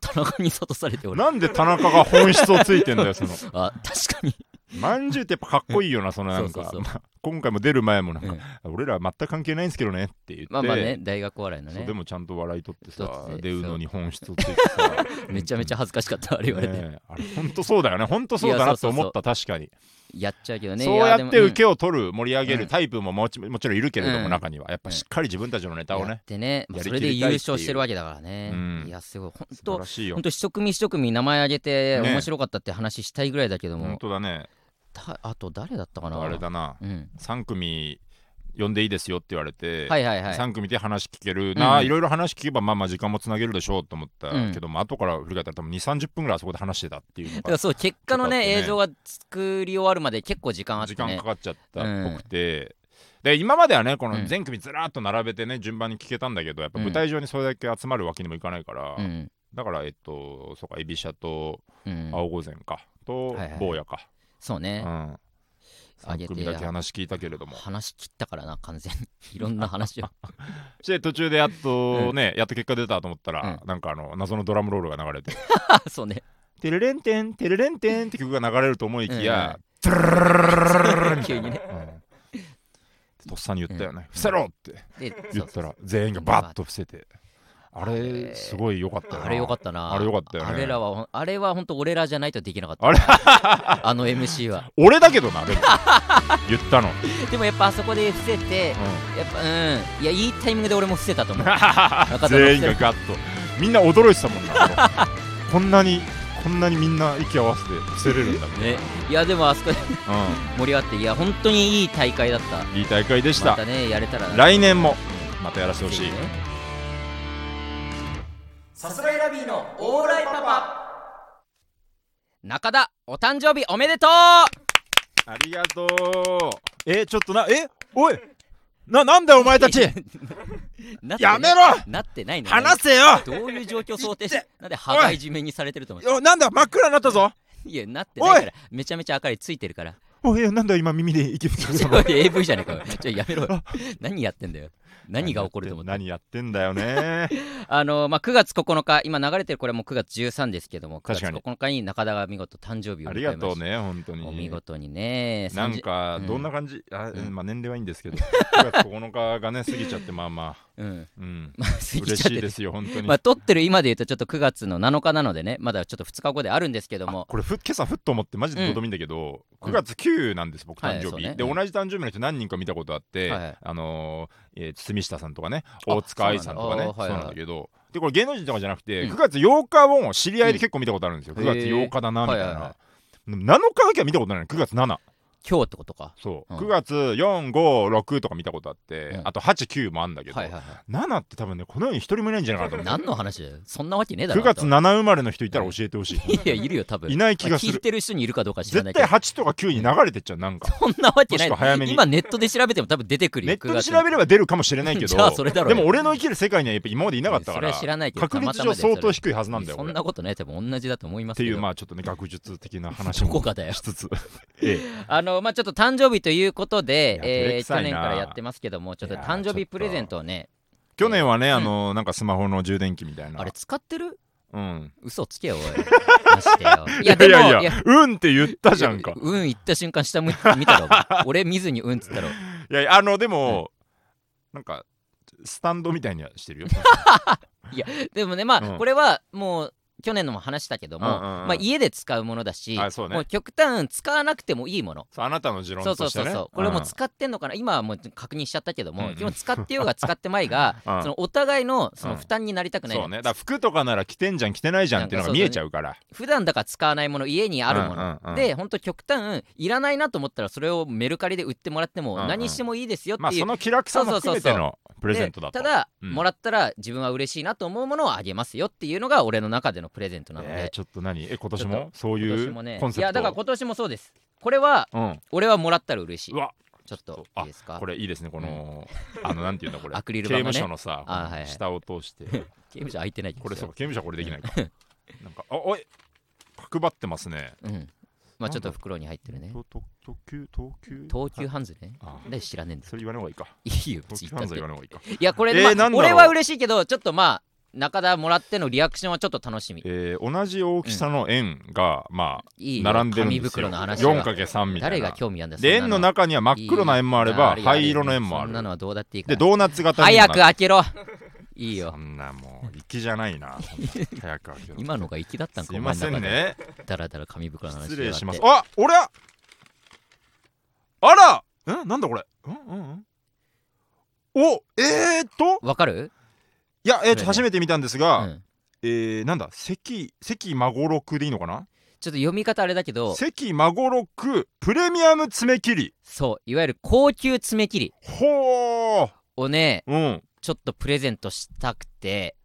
[SPEAKER 1] 田中に諭されて俺
[SPEAKER 2] なんで田中が本質をついてんだよその
[SPEAKER 1] あ確かに
[SPEAKER 2] まんじゅうってやっぱかっこいいよなそのなんか
[SPEAKER 1] そうそうそう
[SPEAKER 2] まあ今回も出る前もなんか、俺ら全く関係ないんですけどねって言って
[SPEAKER 1] まあまあね大学お笑いの
[SPEAKER 2] そう
[SPEAKER 1] ね
[SPEAKER 2] でもちゃんと笑いとってさ
[SPEAKER 1] そう
[SPEAKER 2] でうのに本質をついてさ
[SPEAKER 1] めちゃめちゃ恥ずかしかったあれ言われて、
[SPEAKER 2] ねえあれ本当そうだよね本当そうだなって思った確かに
[SPEAKER 1] やっちゃうけどね
[SPEAKER 2] そう
[SPEAKER 1] い
[SPEAKER 2] や
[SPEAKER 1] で
[SPEAKER 2] っ
[SPEAKER 1] も
[SPEAKER 2] て
[SPEAKER 1] うん
[SPEAKER 2] 受けを取る盛り上げ
[SPEAKER 1] う
[SPEAKER 2] る
[SPEAKER 1] ん
[SPEAKER 2] タイプももちもちろんいるけれど
[SPEAKER 1] う
[SPEAKER 2] も
[SPEAKER 1] ん
[SPEAKER 2] 中にはやっぱしっかり自分たちのネタを
[SPEAKER 1] やっ
[SPEAKER 2] ね
[SPEAKER 1] てね、まあ
[SPEAKER 2] やり
[SPEAKER 1] それ
[SPEAKER 2] きりたい
[SPEAKER 1] で
[SPEAKER 2] っていう
[SPEAKER 1] 優勝してるわけだからね、
[SPEAKER 2] うん
[SPEAKER 1] いやすごい本
[SPEAKER 2] 素晴
[SPEAKER 1] 当
[SPEAKER 2] らしいよ
[SPEAKER 1] 本当一組一組名前挙げて
[SPEAKER 2] ね
[SPEAKER 1] 面白かったって話したいぐらいだけども、
[SPEAKER 2] 本当だね
[SPEAKER 1] たあと誰だったかな
[SPEAKER 2] あれだな
[SPEAKER 1] うん、
[SPEAKER 2] 3組呼んでいいですよって言われて
[SPEAKER 1] はいはいはい
[SPEAKER 2] 3組で話聞けるな、
[SPEAKER 1] うん
[SPEAKER 2] いろいろ話聞けばまあまあ時間もつなげるでしょうと思った
[SPEAKER 1] うん
[SPEAKER 2] けども、後から振り返ったら多分2 3 0分ぐらいあそこで話してたっていうの
[SPEAKER 1] だから
[SPEAKER 2] が
[SPEAKER 1] そう結果の
[SPEAKER 2] ちょっとあっ
[SPEAKER 1] ね
[SPEAKER 2] てね
[SPEAKER 1] 映像が作り終わるまで結構時間あって
[SPEAKER 2] 時間
[SPEAKER 1] ね
[SPEAKER 2] かかっちゃったっぽくて、で今まではねこの全組ずらっと並べてね順番に聞けたんだけどやっぱ舞台上にそれだけ集まるわけにもいかないから、
[SPEAKER 1] うん
[SPEAKER 2] だからえっとそうかエビシャと
[SPEAKER 1] うん、
[SPEAKER 2] 青御前か、と
[SPEAKER 1] はいはい
[SPEAKER 2] 坊やか、
[SPEAKER 1] そうね、
[SPEAKER 2] うん、
[SPEAKER 1] あげて
[SPEAKER 2] 3組だけ話聞いたけれども
[SPEAKER 1] 話し切ったからな完全 にいろんな話を
[SPEAKER 2] そして途中でやっとね、やっと結果出たと思ったら、
[SPEAKER 1] う
[SPEAKER 2] なんかあの謎のドラムロールが流れて
[SPEAKER 1] あそう ね
[SPEAKER 2] テレレンテンテレレンテンって曲が流れると思いきや、
[SPEAKER 1] 急にね
[SPEAKER 2] うんとっさに言ったよね、伏せろって
[SPEAKER 1] でそ
[SPEAKER 2] 言
[SPEAKER 1] う
[SPEAKER 2] っ
[SPEAKER 1] そ
[SPEAKER 2] た
[SPEAKER 1] う
[SPEAKER 2] ら全員がバッと伏せてあ
[SPEAKER 1] あ
[SPEAKER 2] れ
[SPEAKER 1] れ
[SPEAKER 2] すごい良かったよな
[SPEAKER 1] あれよかったな
[SPEAKER 2] あれよかったよね
[SPEAKER 1] あれらはほんあれは本当俺らじゃないとできなかった
[SPEAKER 2] あれ
[SPEAKER 1] あの MC は
[SPEAKER 2] 俺だけどなでも 言ったの、うん
[SPEAKER 1] でもやっぱあそこで伏せてやっぱうんいやいいタイミングで俺も伏せたと思 う田
[SPEAKER 2] 全員がガッとみんな驚いてたもんな こんなにこんなにみんな息合わせて伏せれるんだもん、
[SPEAKER 1] ねいやでもあそこで盛り上がっていや本当にいい大会だった
[SPEAKER 2] うん、いい大会でし
[SPEAKER 1] ま
[SPEAKER 2] た、
[SPEAKER 1] たねやれたらな
[SPEAKER 2] 来年もまたやらせてほし
[SPEAKER 1] ぜ
[SPEAKER 2] い
[SPEAKER 1] ひねさすらいラビーのオーライパパ中田お誕生日おめでとう
[SPEAKER 2] ありがとうえちょっとなえおいななんだよお前た ち
[SPEAKER 1] なってね
[SPEAKER 2] やめろ
[SPEAKER 1] なってないのね
[SPEAKER 2] 話せよ
[SPEAKER 1] どういう状況想定し
[SPEAKER 2] 言って
[SPEAKER 1] なんで羽交いじめにされてると思う
[SPEAKER 2] よなんだ真っ暗になったぞ
[SPEAKER 1] いやなってないからめちゃめちゃ明かりついてるから
[SPEAKER 2] おいえなんだ今耳で 息吹きかけ
[SPEAKER 1] ち
[SPEAKER 2] た
[SPEAKER 1] ょ
[SPEAKER 2] の
[SPEAKER 1] AV じゃねえかおいちょやめろよ何やってんだよ何が起こると思って
[SPEAKER 2] 何やってんだよね
[SPEAKER 1] あのまあ、9月9日、今流れてるこれも9月13ですけども、9
[SPEAKER 2] 確
[SPEAKER 1] 月
[SPEAKER 2] かに
[SPEAKER 1] 9日に中田が見事誕生日を
[SPEAKER 2] あ
[SPEAKER 1] 迎
[SPEAKER 2] り
[SPEAKER 1] えまし
[SPEAKER 2] が
[SPEAKER 1] た。
[SPEAKER 2] とうね本当に
[SPEAKER 1] お見事にね。
[SPEAKER 2] なんか
[SPEAKER 1] うん
[SPEAKER 2] どんな感じ、あ
[SPEAKER 1] うん
[SPEAKER 2] まあ年齢はいいんです けど9月9日がね過ぎちゃってまあまあ
[SPEAKER 1] 30。うん。
[SPEAKER 2] うん
[SPEAKER 1] まあ、過ぎ
[SPEAKER 2] 嬉
[SPEAKER 1] ちゃっ
[SPEAKER 2] してい
[SPEAKER 1] て
[SPEAKER 2] ですよ本当に、
[SPEAKER 1] まあ、撮ってる今で言うと、ちょっと9月の7日なのでね、まだちょっと2日後であるんですけども、
[SPEAKER 2] これふ今朝ふっと思ってマジでどうでもいいんだけど、
[SPEAKER 1] うん
[SPEAKER 2] 9月9なんです僕
[SPEAKER 1] はい
[SPEAKER 2] 誕生日、
[SPEAKER 1] そうね
[SPEAKER 2] で
[SPEAKER 1] う
[SPEAKER 2] 同
[SPEAKER 1] ん
[SPEAKER 2] じ誕生日の人何人か見たことあって、
[SPEAKER 1] はい
[SPEAKER 2] あのーえー堤下さんとかね
[SPEAKER 1] あ
[SPEAKER 2] 大塚愛さんとかね
[SPEAKER 1] そ
[SPEAKER 2] そう
[SPEAKER 1] なんだあーはい
[SPEAKER 2] う
[SPEAKER 1] はい
[SPEAKER 2] なんだけどでこれ芸能人とかじゃなくて、
[SPEAKER 1] うん
[SPEAKER 2] 9月8日を知り合いで結構見たことあるんですよ、
[SPEAKER 1] うん
[SPEAKER 2] 9月8日だなみたいな、
[SPEAKER 1] へーはいはいは
[SPEAKER 2] でも7日だけは見たことないの9月7
[SPEAKER 1] 今日ってことか。
[SPEAKER 2] そう、
[SPEAKER 1] うん
[SPEAKER 2] 9月456とか見たことあって、
[SPEAKER 1] うん
[SPEAKER 2] あと89もあんだけど、
[SPEAKER 1] はいはいは
[SPEAKER 2] 7って多分ねこの世に一人もいないんじゃないかな
[SPEAKER 1] い。
[SPEAKER 2] と思う
[SPEAKER 1] 何の話だよ。そんなわけねえだろ。
[SPEAKER 2] 9月
[SPEAKER 1] あん
[SPEAKER 2] 7生まれの人いたら教えてほしい
[SPEAKER 1] たいや、いるよ、多分
[SPEAKER 2] いない気がす
[SPEAKER 1] まあ聞い
[SPEAKER 2] る
[SPEAKER 1] てる人にいるかどうか知らな
[SPEAKER 2] 絶
[SPEAKER 1] いけ
[SPEAKER 2] 対
[SPEAKER 1] ど、
[SPEAKER 2] 8とか9に流れてっちゃうなんか
[SPEAKER 1] そんなわけな
[SPEAKER 2] もしくはい早め。に
[SPEAKER 1] 今、ネットで調べても多分出てくるよ、
[SPEAKER 2] ネッ
[SPEAKER 1] 9
[SPEAKER 2] トで
[SPEAKER 1] 月
[SPEAKER 2] 調べれば出るかもしれないけど
[SPEAKER 1] じゃあそれだろう
[SPEAKER 2] で
[SPEAKER 1] よ
[SPEAKER 2] も俺の生きる世界にはやっぱ今までいなかった
[SPEAKER 1] そ
[SPEAKER 2] か
[SPEAKER 1] れ
[SPEAKER 2] ら
[SPEAKER 1] は知らないけど、
[SPEAKER 2] 確率
[SPEAKER 1] たまたま
[SPEAKER 2] 上
[SPEAKER 1] ですよ
[SPEAKER 2] 相当低いはずなんだよ
[SPEAKER 1] そん
[SPEAKER 2] 俺
[SPEAKER 1] な
[SPEAKER 2] っ
[SPEAKER 1] ことない多分同じだと思います
[SPEAKER 2] て
[SPEAKER 1] けど
[SPEAKER 2] いうまあちょっとね学術的な話
[SPEAKER 1] どこ
[SPEAKER 2] も
[SPEAKER 1] かだよ
[SPEAKER 2] しつつえ
[SPEAKER 1] あのまあちょっと誕生日ということで、
[SPEAKER 2] いや照
[SPEAKER 1] えー
[SPEAKER 2] れく
[SPEAKER 1] 去
[SPEAKER 2] さいな
[SPEAKER 1] 年からやってますけどもちょっと
[SPEAKER 2] いやー
[SPEAKER 1] 誕生
[SPEAKER 2] ちょ
[SPEAKER 1] 日
[SPEAKER 2] っと
[SPEAKER 1] プレゼントをね
[SPEAKER 2] 去年はねあのなんかスマホの充電器みたいな
[SPEAKER 1] あれ使ってる
[SPEAKER 2] うん
[SPEAKER 1] 嘘つけよおいマジでよい
[SPEAKER 2] い
[SPEAKER 1] や
[SPEAKER 2] やい
[SPEAKER 1] でも
[SPEAKER 2] やいやうんって言ったじゃんか
[SPEAKER 1] うん言った瞬間下向いて見たろ俺見ずにうんっつったろ
[SPEAKER 2] いやいやあのでもなんかスタンドみたいにはしてる よ
[SPEAKER 1] でもねまあ、
[SPEAKER 2] うん
[SPEAKER 1] これはもう去年のも話したけども、
[SPEAKER 2] うんうんうん
[SPEAKER 1] まあ、家で使うものだし
[SPEAKER 2] あそうね
[SPEAKER 1] もう極端使わなくてもいいもの
[SPEAKER 2] そうあなたの持論
[SPEAKER 1] そうそ
[SPEAKER 2] と
[SPEAKER 1] う
[SPEAKER 2] して
[SPEAKER 1] そう
[SPEAKER 2] ね
[SPEAKER 1] そうこれもうん使ってんのかな、今はもう確認しちゃったけども、
[SPEAKER 2] うん
[SPEAKER 1] 基本使ってようが 使ってまいが、
[SPEAKER 2] うん
[SPEAKER 1] そのお互いのその
[SPEAKER 2] うん
[SPEAKER 1] 負担になりたくないの、
[SPEAKER 2] そうねだから服とかなら着てんじゃん着てないじゃんっていうのが見えちゃうから
[SPEAKER 1] 普段だから使わないもの家にあるもの、
[SPEAKER 2] うんうんうん
[SPEAKER 1] でほんと極端いらないなと思ったらそれをメルカリで売ってもらっても
[SPEAKER 2] うんうん
[SPEAKER 1] 何してもいいですよっていう、
[SPEAKER 2] まあその気楽さも含めてのプレゼントだと
[SPEAKER 1] でただ、
[SPEAKER 2] うん
[SPEAKER 1] もらったら自分は嬉しいなと思うものをあげますよっていうのが俺の中でのプレゼントなので、
[SPEAKER 2] えーちょっと何え今年
[SPEAKER 1] ちょ
[SPEAKER 2] もそう
[SPEAKER 1] 今
[SPEAKER 2] い
[SPEAKER 1] 年
[SPEAKER 2] う
[SPEAKER 1] もね
[SPEAKER 2] コンセプト
[SPEAKER 1] いやだから今年もそうですこれは
[SPEAKER 2] うん
[SPEAKER 1] 俺はもらったら嬉しいう
[SPEAKER 2] わ
[SPEAKER 1] ちょっといいですか
[SPEAKER 2] これいいですねこの、あのなんていうんだこれ
[SPEAKER 1] アクリル
[SPEAKER 2] 刑
[SPEAKER 1] 板が
[SPEAKER 2] 務
[SPEAKER 1] ね
[SPEAKER 2] 所のさ、
[SPEAKER 1] あはいはい
[SPEAKER 2] 下を通して
[SPEAKER 1] 刑務所開いてないですよ
[SPEAKER 2] これそうか刑務所はこれできな いかなんかあおい角張ってますね
[SPEAKER 1] うんまあちょっと袋に入ってるね
[SPEAKER 2] とと特急特急
[SPEAKER 1] 東急ハンズね
[SPEAKER 2] あ
[SPEAKER 1] なんで知らねえんだよ
[SPEAKER 2] それ言わない方がいいか
[SPEAKER 1] いいよ
[SPEAKER 2] 特
[SPEAKER 1] 別に
[SPEAKER 2] 急
[SPEAKER 1] 言った
[SPEAKER 2] 犯
[SPEAKER 1] って
[SPEAKER 2] 罪言わない方がいいか
[SPEAKER 1] いやこれ、
[SPEAKER 2] えー
[SPEAKER 1] まあ
[SPEAKER 2] なんだろう
[SPEAKER 1] 俺は嬉しいけどちょっとまあ中田もらってのリアクションはちょっと楽しみ
[SPEAKER 2] えー、同じ大きさの円が、まあ
[SPEAKER 1] いいよ
[SPEAKER 2] 並んでるん
[SPEAKER 1] 紙
[SPEAKER 2] ですよ
[SPEAKER 1] 袋の話
[SPEAKER 2] 4
[SPEAKER 1] は
[SPEAKER 2] かけ3みたいな
[SPEAKER 1] 誰が興味あんだよそん
[SPEAKER 2] で
[SPEAKER 1] な
[SPEAKER 2] 円の中には真っ黒な円もあれば
[SPEAKER 1] いいよ
[SPEAKER 2] 灰色の円もあ
[SPEAKER 1] そんな
[SPEAKER 2] る
[SPEAKER 1] のはどうだっていいか
[SPEAKER 2] で
[SPEAKER 1] ら
[SPEAKER 2] ドーナツ型にもな
[SPEAKER 1] 早
[SPEAKER 2] っ
[SPEAKER 1] く開 けろいいよ
[SPEAKER 2] そんなもう粋じゃない なそんな早く開けろ
[SPEAKER 1] 今のが粋だったんか
[SPEAKER 2] すいませんね
[SPEAKER 1] だらだら紙袋の話
[SPEAKER 2] 失礼します
[SPEAKER 1] が
[SPEAKER 2] あ俺はあらんなんだこれうんうんうんおえー、っと
[SPEAKER 1] わかる
[SPEAKER 2] いや
[SPEAKER 1] こ
[SPEAKER 2] えー、っ
[SPEAKER 1] れ
[SPEAKER 2] と
[SPEAKER 1] ね
[SPEAKER 2] 初めて見たんです
[SPEAKER 1] う
[SPEAKER 2] が、
[SPEAKER 1] ん
[SPEAKER 2] えー、なんだ関関孫六でいいのかな
[SPEAKER 1] ちょっと読み方あれだけど
[SPEAKER 2] 関孫六プレミアム爪切り
[SPEAKER 1] そういわゆる高級爪切り
[SPEAKER 2] ほー
[SPEAKER 1] をね
[SPEAKER 2] うん
[SPEAKER 1] ちょっとプレゼントしたくて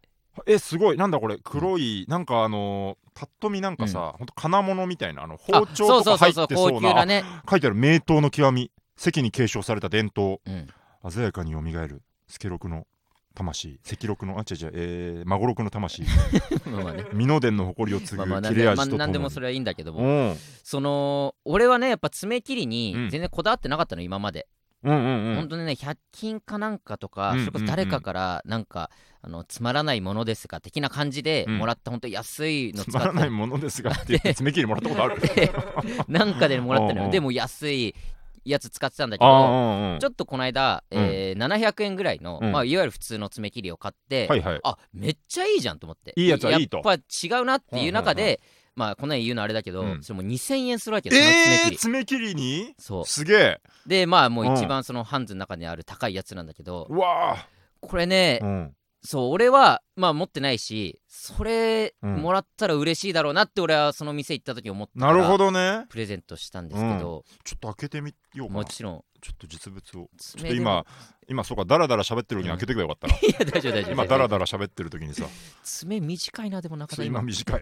[SPEAKER 2] えすごいなんだこれ黒い、なんかあのー、パッと見なんかさ、ほんと金物みたいなあの包
[SPEAKER 1] あ
[SPEAKER 2] 丁とか入っ
[SPEAKER 1] そうそうそう
[SPEAKER 2] て
[SPEAKER 1] そ
[SPEAKER 2] そううな
[SPEAKER 1] 高級なね
[SPEAKER 2] 書いてある名刀の極み関に継承された伝 統
[SPEAKER 1] うん
[SPEAKER 2] 鮮やかに蘇る助六の魂赤六のあ違う違うえー、孫六 の魂
[SPEAKER 1] まあまあね
[SPEAKER 2] 美濃伝の誇りを継
[SPEAKER 1] まあまあ
[SPEAKER 2] ぐ
[SPEAKER 1] なん
[SPEAKER 2] 切
[SPEAKER 1] で
[SPEAKER 2] れ
[SPEAKER 1] まあ
[SPEAKER 2] 味とと
[SPEAKER 1] なんで
[SPEAKER 2] も
[SPEAKER 1] も
[SPEAKER 2] に
[SPEAKER 1] それはいいんだけど
[SPEAKER 2] う
[SPEAKER 1] も
[SPEAKER 2] ん
[SPEAKER 1] その俺はねやっぱ爪切りに
[SPEAKER 2] うん
[SPEAKER 1] 全然こだわってなかったの今まで
[SPEAKER 2] うんうんう
[SPEAKER 1] 本
[SPEAKER 2] ん
[SPEAKER 1] 当にね100均かなんかとか
[SPEAKER 2] うん
[SPEAKER 1] それこそ誰かからなんかあのつまらないものですが的な感じで
[SPEAKER 2] うん
[SPEAKER 1] もらった本当安いの
[SPEAKER 2] つ
[SPEAKER 1] 使
[SPEAKER 2] まら
[SPEAKER 1] っ
[SPEAKER 2] ない
[SPEAKER 1] て
[SPEAKER 2] ものですがって言って爪切りもらったこと ある
[SPEAKER 1] で なんかでもらったの
[SPEAKER 2] うんう
[SPEAKER 1] よ
[SPEAKER 2] ん
[SPEAKER 1] でも安いやつ使ってたんだけど
[SPEAKER 2] ああ
[SPEAKER 1] ちょっとこの間、えー700円ぐらいの、
[SPEAKER 2] うん
[SPEAKER 1] まあ、いわゆる普通の爪切りを買って、
[SPEAKER 2] はいはい
[SPEAKER 1] あめっちゃいいじゃんと思って
[SPEAKER 2] いいやつはいいと
[SPEAKER 1] やっぱ違うなっていう中で、
[SPEAKER 2] うんうん
[SPEAKER 1] まあこの辺言うのあれだけど、
[SPEAKER 2] うん
[SPEAKER 1] それもう2000円するわけです、その爪
[SPEAKER 2] え
[SPEAKER 1] 切
[SPEAKER 2] ー、
[SPEAKER 1] り
[SPEAKER 2] 爪切りに
[SPEAKER 1] そ
[SPEAKER 2] すげえ
[SPEAKER 1] うでまあもう一
[SPEAKER 2] うん
[SPEAKER 1] 番そのハンズの中にある高いやつなんだけど、
[SPEAKER 2] うわあ
[SPEAKER 1] これね、
[SPEAKER 2] うん
[SPEAKER 1] そう俺はまあ持ってないしそれ
[SPEAKER 2] うん
[SPEAKER 1] もらったら嬉しいだろうなって俺はその店行った時思った
[SPEAKER 2] な
[SPEAKER 1] から
[SPEAKER 2] るほどね
[SPEAKER 1] プレゼントしたんですけど、
[SPEAKER 2] ちょっと開けてみようかな
[SPEAKER 1] も
[SPEAKER 2] ち
[SPEAKER 1] ちろん
[SPEAKER 2] ょっと実物をちょっ
[SPEAKER 1] 爪で
[SPEAKER 2] と
[SPEAKER 1] も
[SPEAKER 2] 今今そうかダラダラ喋ってる時に開けてくればよかったな、
[SPEAKER 1] いや大丈夫大丈夫
[SPEAKER 2] 今ダラダラ喋ってる 時にさ
[SPEAKER 1] 爪短いなでもなかな
[SPEAKER 2] そ
[SPEAKER 1] か
[SPEAKER 2] う今
[SPEAKER 1] 今
[SPEAKER 2] 短 い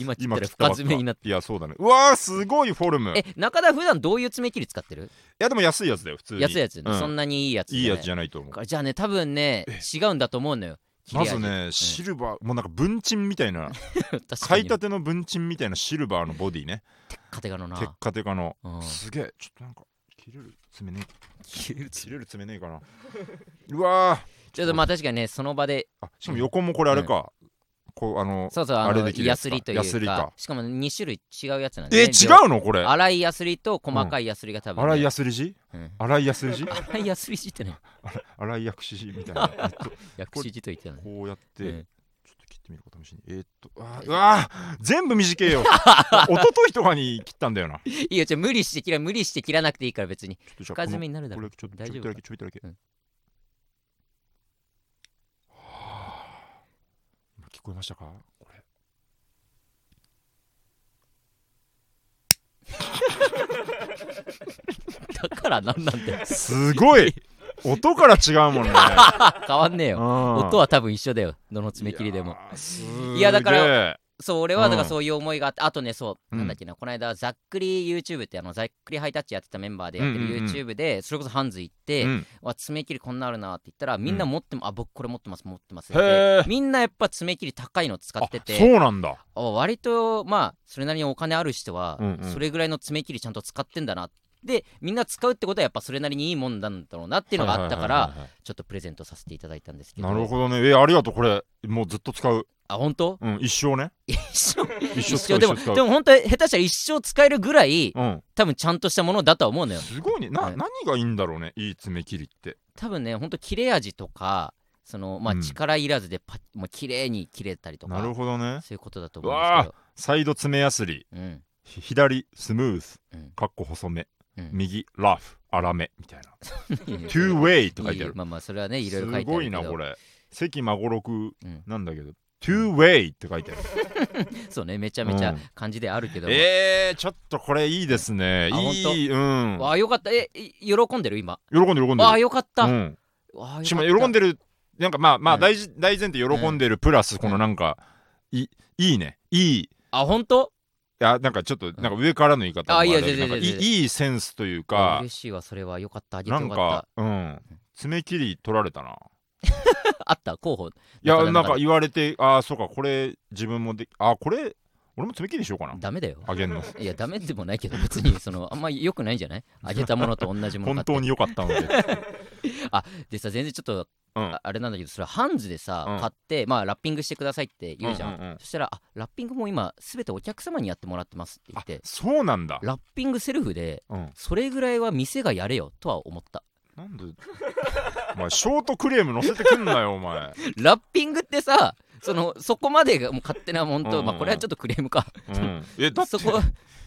[SPEAKER 1] 今切っ
[SPEAKER 2] 今
[SPEAKER 1] た
[SPEAKER 2] 切
[SPEAKER 1] ら
[SPEAKER 2] ったば
[SPEAKER 1] 深
[SPEAKER 2] っか
[SPEAKER 1] 爪になって
[SPEAKER 2] いやそうだねうわーすごいフォルム
[SPEAKER 1] え中田普段どういう爪切り使ってる
[SPEAKER 2] いやでも安いやつだよ普通に
[SPEAKER 1] 安いやつ、
[SPEAKER 2] うん
[SPEAKER 1] そんなにいいやつ
[SPEAKER 2] いいやつじ
[SPEAKER 1] ゃ
[SPEAKER 2] ゃないと思う
[SPEAKER 1] じゃあね多分ね違うんだと思うのよ切れ
[SPEAKER 2] ま
[SPEAKER 1] 味
[SPEAKER 2] ずね、シルバーもうなんか文鎮みたいな
[SPEAKER 1] 確かに
[SPEAKER 2] 買いたての文鎮みたいなシルバーのボディね
[SPEAKER 1] カテガのな
[SPEAKER 2] テッカテカの
[SPEAKER 1] うん
[SPEAKER 2] すげえちょっとなんか切れる爪ね
[SPEAKER 1] 切れる
[SPEAKER 2] 切れる爪ねえかなうわ
[SPEAKER 1] ちょっとまあ確かにねその場で
[SPEAKER 2] ーあしかも横もこれあれか、こうあの
[SPEAKER 1] そうそうあ
[SPEAKER 2] あれ
[SPEAKER 1] の
[SPEAKER 2] で切るや
[SPEAKER 1] ヤ
[SPEAKER 2] つ
[SPEAKER 1] ス
[SPEAKER 2] か
[SPEAKER 1] リという
[SPEAKER 2] ヤスリ
[SPEAKER 1] か
[SPEAKER 2] か
[SPEAKER 1] しかも2種類違うやつなん
[SPEAKER 2] え
[SPEAKER 1] で、ね、
[SPEAKER 2] 違
[SPEAKER 1] 両方
[SPEAKER 2] うのこれ
[SPEAKER 1] 粗いヤスリと細かいヤスリが多分、ね
[SPEAKER 2] 粗いヤスリ字
[SPEAKER 1] うん
[SPEAKER 2] 粗いヤスリ字
[SPEAKER 1] 粗いヤスリ字ってね
[SPEAKER 2] 粗い薬師字みたいな えっと
[SPEAKER 1] 薬師字と言ってたのね
[SPEAKER 2] こうやって、
[SPEAKER 1] うん
[SPEAKER 2] ちょっと切ってみるか試しに。えーっと、あーうわー全部短 いよ。おとといとかに切ったんだよな。ちょ
[SPEAKER 1] いいよじゃあ無理して切ら無理して切らなくていいから別に
[SPEAKER 2] っとじゃあ
[SPEAKER 1] 深爪になるだ
[SPEAKER 2] こ
[SPEAKER 1] ろ
[SPEAKER 2] れ
[SPEAKER 1] う
[SPEAKER 2] ちょっと
[SPEAKER 1] 大
[SPEAKER 2] ち
[SPEAKER 1] 丈
[SPEAKER 2] ょいと
[SPEAKER 1] 夫
[SPEAKER 2] だけちょいとだけ。
[SPEAKER 1] うん
[SPEAKER 2] 今聞こえましたかこれ。
[SPEAKER 1] だからなんなん だよ
[SPEAKER 2] すごい音から違う もんね。
[SPEAKER 1] 変わんねえよ音
[SPEAKER 2] 音
[SPEAKER 1] は多分一緒だよどの爪切りでも。
[SPEAKER 2] い
[SPEAKER 1] いやだから
[SPEAKER 2] ら。
[SPEAKER 1] そう俺はだか
[SPEAKER 2] う
[SPEAKER 1] ら
[SPEAKER 2] ん
[SPEAKER 1] そういう思いがあって、あとねそう、
[SPEAKER 2] うん
[SPEAKER 1] なんだっけなこの間ざっくり YouTube ってあのざっくりハイタッチやってたメンバーでやってる
[SPEAKER 2] うんうんうん
[SPEAKER 1] YouTube で、それこそハンズ行って、
[SPEAKER 2] うん
[SPEAKER 1] わ爪切りこんなあるなって言ったらみんな持っても、あ僕これ持ってます持ってますっ
[SPEAKER 2] へ
[SPEAKER 1] て
[SPEAKER 2] ー
[SPEAKER 1] みんなやっぱ爪切り高いの使
[SPEAKER 2] あ
[SPEAKER 1] って
[SPEAKER 2] そう
[SPEAKER 1] て
[SPEAKER 2] なんだ。
[SPEAKER 1] あ割とまあそれなりにお金ある人は、
[SPEAKER 2] うんうん
[SPEAKER 1] それぐらいの爪切りちゃんと使ってんだなでみんな使うってことはやっぱそれなりにいいもんなんだろうなっていうのがあったか
[SPEAKER 2] はいはい
[SPEAKER 1] ら
[SPEAKER 2] はいはい
[SPEAKER 1] ちょっとプレゼントさせていただいたんですけど
[SPEAKER 2] なるほどね。えー、ありがとう。これ、もうずっと使う。
[SPEAKER 1] あ本当
[SPEAKER 2] うん、一生ね。
[SPEAKER 1] 一生
[SPEAKER 2] 一生
[SPEAKER 1] 一
[SPEAKER 2] 使
[SPEAKER 1] 生
[SPEAKER 2] う。
[SPEAKER 1] でも
[SPEAKER 2] 一生使う
[SPEAKER 1] でも本当下手したら一生使えるぐらい
[SPEAKER 2] うん。
[SPEAKER 1] 多分ちゃんとしたものだとは思うのよ
[SPEAKER 2] すごいね。な、
[SPEAKER 1] はい
[SPEAKER 2] 何がいいんだろうね。いい爪切りって。
[SPEAKER 1] 多分ね本当切れ味とかそのま
[SPEAKER 2] う
[SPEAKER 1] あ
[SPEAKER 2] ん
[SPEAKER 1] 力いらずでパッ、もう綺麗に切れたりとか
[SPEAKER 2] なるほどね。
[SPEAKER 1] そういうことだと思うんです
[SPEAKER 2] サイド爪やすり、
[SPEAKER 1] けど、うん、
[SPEAKER 2] ひ左スムーズ
[SPEAKER 1] うん、
[SPEAKER 2] かっこ細め、
[SPEAKER 1] うん
[SPEAKER 2] 右ラフ、粗めみたいな。
[SPEAKER 1] ト
[SPEAKER 2] two way って書いてある。
[SPEAKER 1] まあまあそれはねいろいろ書い
[SPEAKER 2] す
[SPEAKER 1] てある
[SPEAKER 2] ご
[SPEAKER 1] け
[SPEAKER 2] い
[SPEAKER 1] ど
[SPEAKER 2] な、これ。関孫六
[SPEAKER 1] うん
[SPEAKER 2] なんだけど、two way って書いてある。
[SPEAKER 1] そうねめちゃめち
[SPEAKER 2] う
[SPEAKER 1] ゃ
[SPEAKER 2] ん
[SPEAKER 1] 漢字であるけど、
[SPEAKER 2] えー、ちょっとこれいいですね。
[SPEAKER 1] あ
[SPEAKER 2] いい、うん。
[SPEAKER 1] わあよかったえい喜んでる今
[SPEAKER 2] 喜んでる喜んで
[SPEAKER 1] わあ
[SPEAKER 2] る。
[SPEAKER 1] よかった、
[SPEAKER 2] うん。
[SPEAKER 1] わあよかった
[SPEAKER 2] しかも喜ん
[SPEAKER 1] で
[SPEAKER 2] でる、なんかまあま
[SPEAKER 1] う
[SPEAKER 2] あ
[SPEAKER 1] ん
[SPEAKER 2] 大事大前提喜んでるプラス、このなんか、いいいねいい
[SPEAKER 1] あ、本当
[SPEAKER 2] いやなんかちょっとなんか上からの言い方も
[SPEAKER 1] あいや
[SPEAKER 2] れだけど
[SPEAKER 1] 全
[SPEAKER 2] な
[SPEAKER 1] 然全
[SPEAKER 2] んかいい
[SPEAKER 1] 然
[SPEAKER 2] いいセンスというか
[SPEAKER 1] 嬉しいわ、それは。よかった、あげて
[SPEAKER 2] な
[SPEAKER 1] よ
[SPEAKER 2] ん
[SPEAKER 1] か
[SPEAKER 2] かうん爪切り取られたな
[SPEAKER 1] った。あった、候補。
[SPEAKER 2] いや
[SPEAKER 1] なかなか
[SPEAKER 2] なんか言われてああそうかこれ自分もであこれ俺も爪切りしようかな
[SPEAKER 1] ダメだよ。
[SPEAKER 2] あげんの
[SPEAKER 1] いや、ダメ でもないけど、別に、その、あんま良くないんじゃないあげたものと同じもの買
[SPEAKER 2] 本
[SPEAKER 1] って
[SPEAKER 2] 当に良かったので
[SPEAKER 1] でさ、全然ちょっと、
[SPEAKER 2] うん
[SPEAKER 1] ああれなんだけど、それハンズでさ、
[SPEAKER 2] うん
[SPEAKER 1] 買って、まあ、ラッピングしてくだ さいって言うじゃん。
[SPEAKER 2] うんうんうん
[SPEAKER 1] そしたら、あ、ラッピングも今、すべてお客様にやってもらってますって言
[SPEAKER 2] あ
[SPEAKER 1] って、
[SPEAKER 2] そうなんだ
[SPEAKER 1] ラッピングセルフで、
[SPEAKER 2] うん
[SPEAKER 1] それぐらいは店がやれよとは思った。
[SPEAKER 2] なんで お前ショートクレーム乗せてくんなよお前
[SPEAKER 1] ラッピングってさ、そのそこまでがもう勝手な本当、
[SPEAKER 2] うんうんうん
[SPEAKER 1] まあこれはちょっとクレームか。
[SPEAKER 2] うん、えだって
[SPEAKER 1] そこは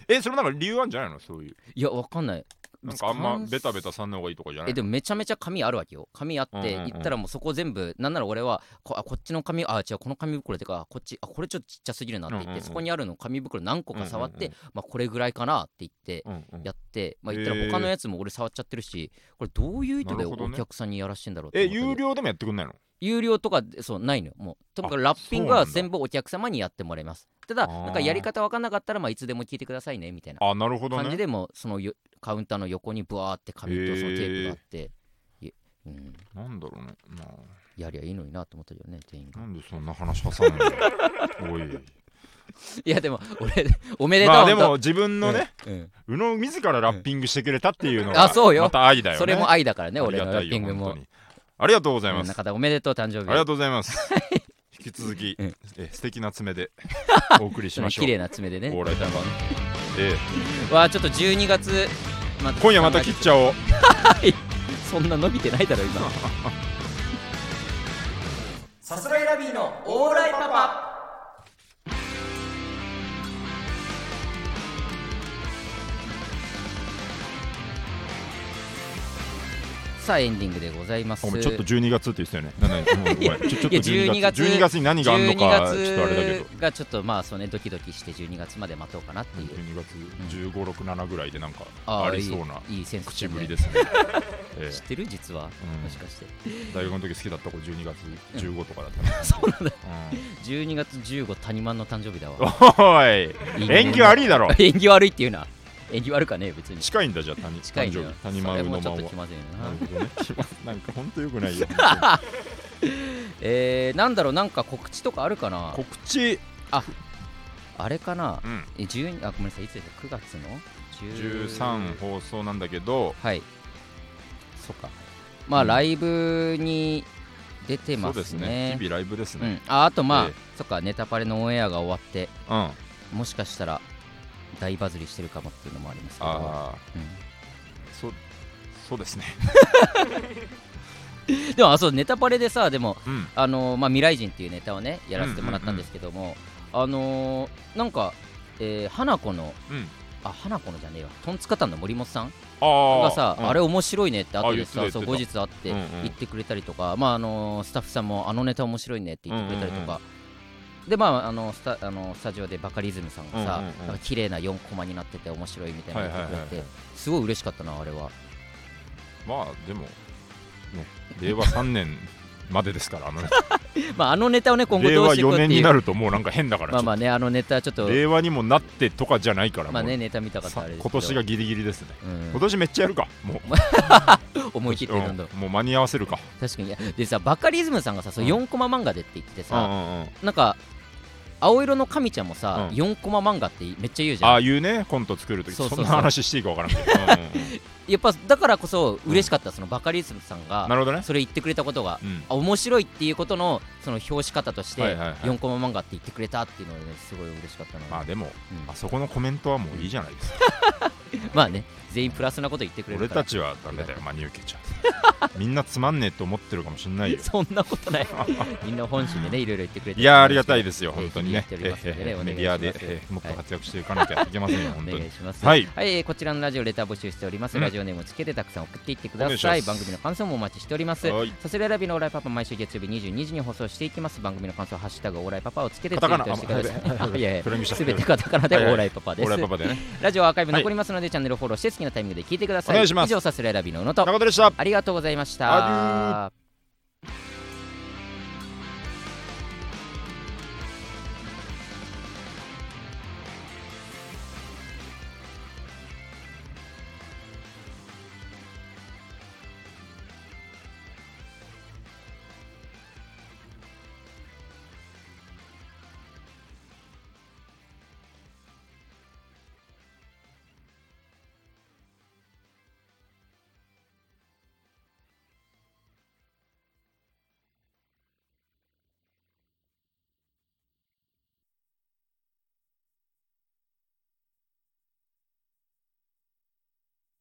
[SPEAKER 2] えそれなんか理由あるんじゃないのそういう
[SPEAKER 1] いやわかんない。
[SPEAKER 2] なんかあんま
[SPEAKER 1] 完
[SPEAKER 2] ベタベタさんの方がいいとかじゃない
[SPEAKER 1] えでもめちゃめちゃ紙あるわけよ紙あって
[SPEAKER 2] うんうんうん
[SPEAKER 1] 行ったらもうそこ全部なんなら俺はこあこっちの紙あ違うこの紙袋てかこっちあこれちょっとちっちゃすぎるなって言って、
[SPEAKER 2] うんうんうん
[SPEAKER 1] そこにあるの紙袋何個か触って、
[SPEAKER 2] うん
[SPEAKER 1] まあこれぐらいかなって言って
[SPEAKER 2] うんうん
[SPEAKER 1] やって、まあ言った
[SPEAKER 2] へー
[SPEAKER 1] ら他のやつも俺触っちゃってるしこれどういう意図
[SPEAKER 2] な
[SPEAKER 1] で
[SPEAKER 2] るほど
[SPEAKER 1] お
[SPEAKER 2] ね
[SPEAKER 1] 客さんにやらしてんだろうって
[SPEAKER 2] え
[SPEAKER 1] 思った
[SPEAKER 2] 有
[SPEAKER 1] けど
[SPEAKER 2] 料でもやってくんないの
[SPEAKER 1] 有料とかでそうないのよもうとにかくラッピング
[SPEAKER 2] そう
[SPEAKER 1] は
[SPEAKER 2] なんだ
[SPEAKER 1] 全部お客様にやってもらいますただ
[SPEAKER 2] あー
[SPEAKER 1] なんかやり方わかんなかったらまあいつでも聞いてくださいねみたいな
[SPEAKER 2] あなるほど
[SPEAKER 1] 感じ
[SPEAKER 2] ね
[SPEAKER 1] でもうそのよカウンターの横にブワーって紙とそのテープがあって、いうん、
[SPEAKER 2] なんだろうね、ま
[SPEAKER 1] やりゃいいのになと思ったけどね店員
[SPEAKER 2] あ、
[SPEAKER 1] が
[SPEAKER 2] なんでそんな話挟む のおい
[SPEAKER 1] いやでも 俺おめでとう、
[SPEAKER 2] まあでも
[SPEAKER 1] 本
[SPEAKER 2] 自分
[SPEAKER 1] 当
[SPEAKER 2] のね、、
[SPEAKER 1] うんうん
[SPEAKER 2] 宇野自らラッピングしてくれたっていうのが、
[SPEAKER 1] あそうよ
[SPEAKER 2] また愛だよね
[SPEAKER 1] それも愛だからね
[SPEAKER 2] あり
[SPEAKER 1] 俺
[SPEAKER 2] が
[SPEAKER 1] の
[SPEAKER 2] た
[SPEAKER 1] ラ
[SPEAKER 2] いよ
[SPEAKER 1] ッピングも
[SPEAKER 2] 本当にありがとうございま
[SPEAKER 1] うん
[SPEAKER 2] す、
[SPEAKER 1] 中田おめでとう誕生日
[SPEAKER 2] ありがとうございます引き続き、
[SPEAKER 1] うん
[SPEAKER 2] え素敵な 爪でお送りし
[SPEAKER 1] その
[SPEAKER 2] ましょう
[SPEAKER 1] 綺麗な爪でね
[SPEAKER 2] オーライ タイマーえ
[SPEAKER 1] わあちょっと12月ま
[SPEAKER 2] え今夜また切っち ゃおう
[SPEAKER 1] そんな伸びてないだろ今 さすらいラビーのオーライパパさあエンディングでございます
[SPEAKER 2] お前ちょっと12月って言ってたよね。なんだよもうごめんちょちょっと12
[SPEAKER 1] 12
[SPEAKER 2] 月
[SPEAKER 1] 月
[SPEAKER 2] 12月に何があるのかちょっとあれだけど
[SPEAKER 1] 12。月がちょっとまあそうねドキドキして12月まで待とうかなっていう、
[SPEAKER 2] 12月15、6、7ぐらいでなんか
[SPEAKER 1] あ
[SPEAKER 2] あ
[SPEAKER 1] ー
[SPEAKER 2] りそうない
[SPEAKER 1] いいいいセンスして
[SPEAKER 2] 口
[SPEAKER 1] んね
[SPEAKER 2] ぶりです ね。え
[SPEAKER 1] 知ってる実は、
[SPEAKER 2] うん
[SPEAKER 1] もし かして
[SPEAKER 2] え大学の時好きだった子12月15とかだった。
[SPEAKER 1] そうなんだ
[SPEAKER 2] う
[SPEAKER 1] 12月15谷間の誕生日だわ
[SPEAKER 2] んおい
[SPEAKER 1] いいね
[SPEAKER 2] 縁起悪いだろ
[SPEAKER 1] 縁起悪いっていうな縁起悪かね別に
[SPEAKER 2] 近いんだじゃあ谷
[SPEAKER 1] 近い
[SPEAKER 2] 誕
[SPEAKER 1] の
[SPEAKER 2] 生
[SPEAKER 1] よ
[SPEAKER 2] 日谷間
[SPEAKER 1] それ
[SPEAKER 2] の
[SPEAKER 1] も
[SPEAKER 2] ま
[SPEAKER 1] ちょっ
[SPEAKER 2] まは
[SPEAKER 1] と気まずいよ
[SPEAKER 2] な
[SPEAKER 1] な
[SPEAKER 2] るほどね なんか本当よくない よ
[SPEAKER 1] えー、なんだろうなんか告知とかあるかな
[SPEAKER 2] 告知
[SPEAKER 1] あれかな
[SPEAKER 2] うん
[SPEAKER 1] え12あごめんなさいいつでした9月の10
[SPEAKER 2] 13放送なんだけど
[SPEAKER 1] はいそっかまあ、
[SPEAKER 2] うん
[SPEAKER 1] ライブに出て
[SPEAKER 2] そ
[SPEAKER 1] ま
[SPEAKER 2] う
[SPEAKER 1] すね
[SPEAKER 2] ですね日々ライブです
[SPEAKER 1] う
[SPEAKER 2] ね
[SPEAKER 1] ん、ああとまあ、
[SPEAKER 2] ええ
[SPEAKER 1] そっかネタパレのオンエアが終わって
[SPEAKER 2] うんあ
[SPEAKER 1] もしかしたら大バズりしてるかもっていうのもありますけど
[SPEAKER 2] あ
[SPEAKER 1] う
[SPEAKER 2] そそうですね。
[SPEAKER 1] んでもあそうネタパレでさでも
[SPEAKER 2] うん。
[SPEAKER 1] あのーまあ、未来人っていうネタをねやらせてもらったんですけども、あのーなんか、えー花子の
[SPEAKER 2] うん。
[SPEAKER 1] あ花子のじゃねえわトンツカタンの森本さん
[SPEAKER 2] ああ。
[SPEAKER 1] がさあ,、
[SPEAKER 2] うん
[SPEAKER 1] れ面白いねって後で
[SPEAKER 2] あ
[SPEAKER 1] さ
[SPEAKER 2] 言ってた
[SPEAKER 1] そう
[SPEAKER 2] 言
[SPEAKER 1] 後
[SPEAKER 2] っ
[SPEAKER 1] 日会って
[SPEAKER 2] てうんうん
[SPEAKER 1] 言ってくれたりとか、まああのースタッフさんもあのネタ面白いねって言ってくれたりとか、でまああのスタあのスタジオでバカリズムさんがさ、
[SPEAKER 2] うんうんうん
[SPEAKER 1] なんか綺麗な4コマになってて面白いみたいなの言ってくれて、
[SPEAKER 2] はいはいはいはい
[SPEAKER 1] すごい嬉しかったなあれは
[SPEAKER 2] まあでも、ね、令和3年までですから、あのね
[SPEAKER 1] まああのネタをね 今後
[SPEAKER 2] 令
[SPEAKER 1] どう
[SPEAKER 2] 和
[SPEAKER 1] していこう
[SPEAKER 2] 4
[SPEAKER 1] って
[SPEAKER 2] 年に
[SPEAKER 1] いう
[SPEAKER 2] なるともうなんか変だから、
[SPEAKER 1] まあまあねあのネタちょっ
[SPEAKER 2] ちょ
[SPEAKER 1] と
[SPEAKER 2] っと令和にもなってとかじゃないから、
[SPEAKER 1] まあ
[SPEAKER 2] もう
[SPEAKER 1] ねネタ見たかったら
[SPEAKER 2] さ
[SPEAKER 1] あれですけ
[SPEAKER 2] 今
[SPEAKER 1] ど
[SPEAKER 2] 年がギリギリですね。
[SPEAKER 1] うん
[SPEAKER 2] 今年めっちゃやるか、もう。
[SPEAKER 1] 思い切ってどんどん
[SPEAKER 2] うんもう間に合わせるか。
[SPEAKER 1] 確かにいやでさバカリズムさんがさそう
[SPEAKER 2] うん
[SPEAKER 1] 4コマ漫画でって言ってて
[SPEAKER 2] うんう
[SPEAKER 1] さ、
[SPEAKER 2] んうん
[SPEAKER 1] なんか青色の神ちゃんもさ、
[SPEAKER 2] うん
[SPEAKER 1] 4コマ漫画ってめっちゃ言うじ
[SPEAKER 2] あ
[SPEAKER 1] ゃ
[SPEAKER 2] あ
[SPEAKER 1] ん
[SPEAKER 2] いうね、コント作るとき、
[SPEAKER 1] そう
[SPEAKER 2] そ
[SPEAKER 1] そうんそう
[SPEAKER 2] な話していいかわ からんけど。うんうんうん
[SPEAKER 1] やっぱだからこそ嬉しかった、そのバカリズムさん
[SPEAKER 2] な
[SPEAKER 1] が
[SPEAKER 2] るほどね。
[SPEAKER 1] それ言ってくれたことが、
[SPEAKER 2] うん
[SPEAKER 1] あ面白いっていうことのその表し方として
[SPEAKER 2] はいはいはい
[SPEAKER 1] 4コマ漫画って言ってくれたっていうのはねすごい嬉しかったな、
[SPEAKER 2] まあでも、
[SPEAKER 1] うん
[SPEAKER 2] あそこのコメントはもういいじゃないですか。
[SPEAKER 1] まあね全員プラスなこと言ってくれる
[SPEAKER 2] 俺
[SPEAKER 1] から
[SPEAKER 2] たちはダメだよ真に受けちゃうみんな つまんねえと思ってるかもしんないよ
[SPEAKER 1] そんなこと ないみんな本心でねいろいろ言ってくれて
[SPEAKER 2] いやーありがたいですよ
[SPEAKER 1] えー
[SPEAKER 2] 本当にね
[SPEAKER 1] 日々やっておりますんでね
[SPEAKER 2] えー
[SPEAKER 1] お
[SPEAKER 2] メ
[SPEAKER 1] 願い
[SPEAKER 2] デ
[SPEAKER 1] しま
[SPEAKER 2] ィア
[SPEAKER 1] す
[SPEAKER 2] で、えーもっと活躍していかなきゃいけませんよ、
[SPEAKER 1] お
[SPEAKER 2] 本当
[SPEAKER 1] 願い
[SPEAKER 2] に
[SPEAKER 1] します。
[SPEAKER 2] はい
[SPEAKER 1] えーこちらのラジオレター募集しております。
[SPEAKER 2] うん
[SPEAKER 1] ラジオネームをつけてたくさん送っていってく
[SPEAKER 2] お
[SPEAKER 1] だ
[SPEAKER 2] 願いし
[SPEAKER 1] さ
[SPEAKER 2] ま
[SPEAKER 1] い。
[SPEAKER 2] す
[SPEAKER 1] 番組の感想もお待ちしております
[SPEAKER 2] はい。
[SPEAKER 1] さすらいラビのオーライパパ毎週月曜日22時に放送していきます。番組の感想はハッシュタグオーライパパをつけてツイ
[SPEAKER 2] カタカ
[SPEAKER 1] ート
[SPEAKER 2] ナ
[SPEAKER 1] してくだ
[SPEAKER 2] あ
[SPEAKER 1] さ
[SPEAKER 2] はい
[SPEAKER 1] い。いやいや
[SPEAKER 2] それ見せた
[SPEAKER 1] すべてカタカナでオ
[SPEAKER 2] はいはい
[SPEAKER 1] ーライパパで
[SPEAKER 2] 俺
[SPEAKER 1] す
[SPEAKER 2] は。パパでね
[SPEAKER 1] ラジオはアーカイブ残りますのでチャンネルフォローして好きなタイミングで聞いてください。
[SPEAKER 2] お願いします
[SPEAKER 1] 以上さすらいラビの宇野と
[SPEAKER 2] 中田でした
[SPEAKER 1] ありがとうございまし
[SPEAKER 2] アデュ
[SPEAKER 1] た。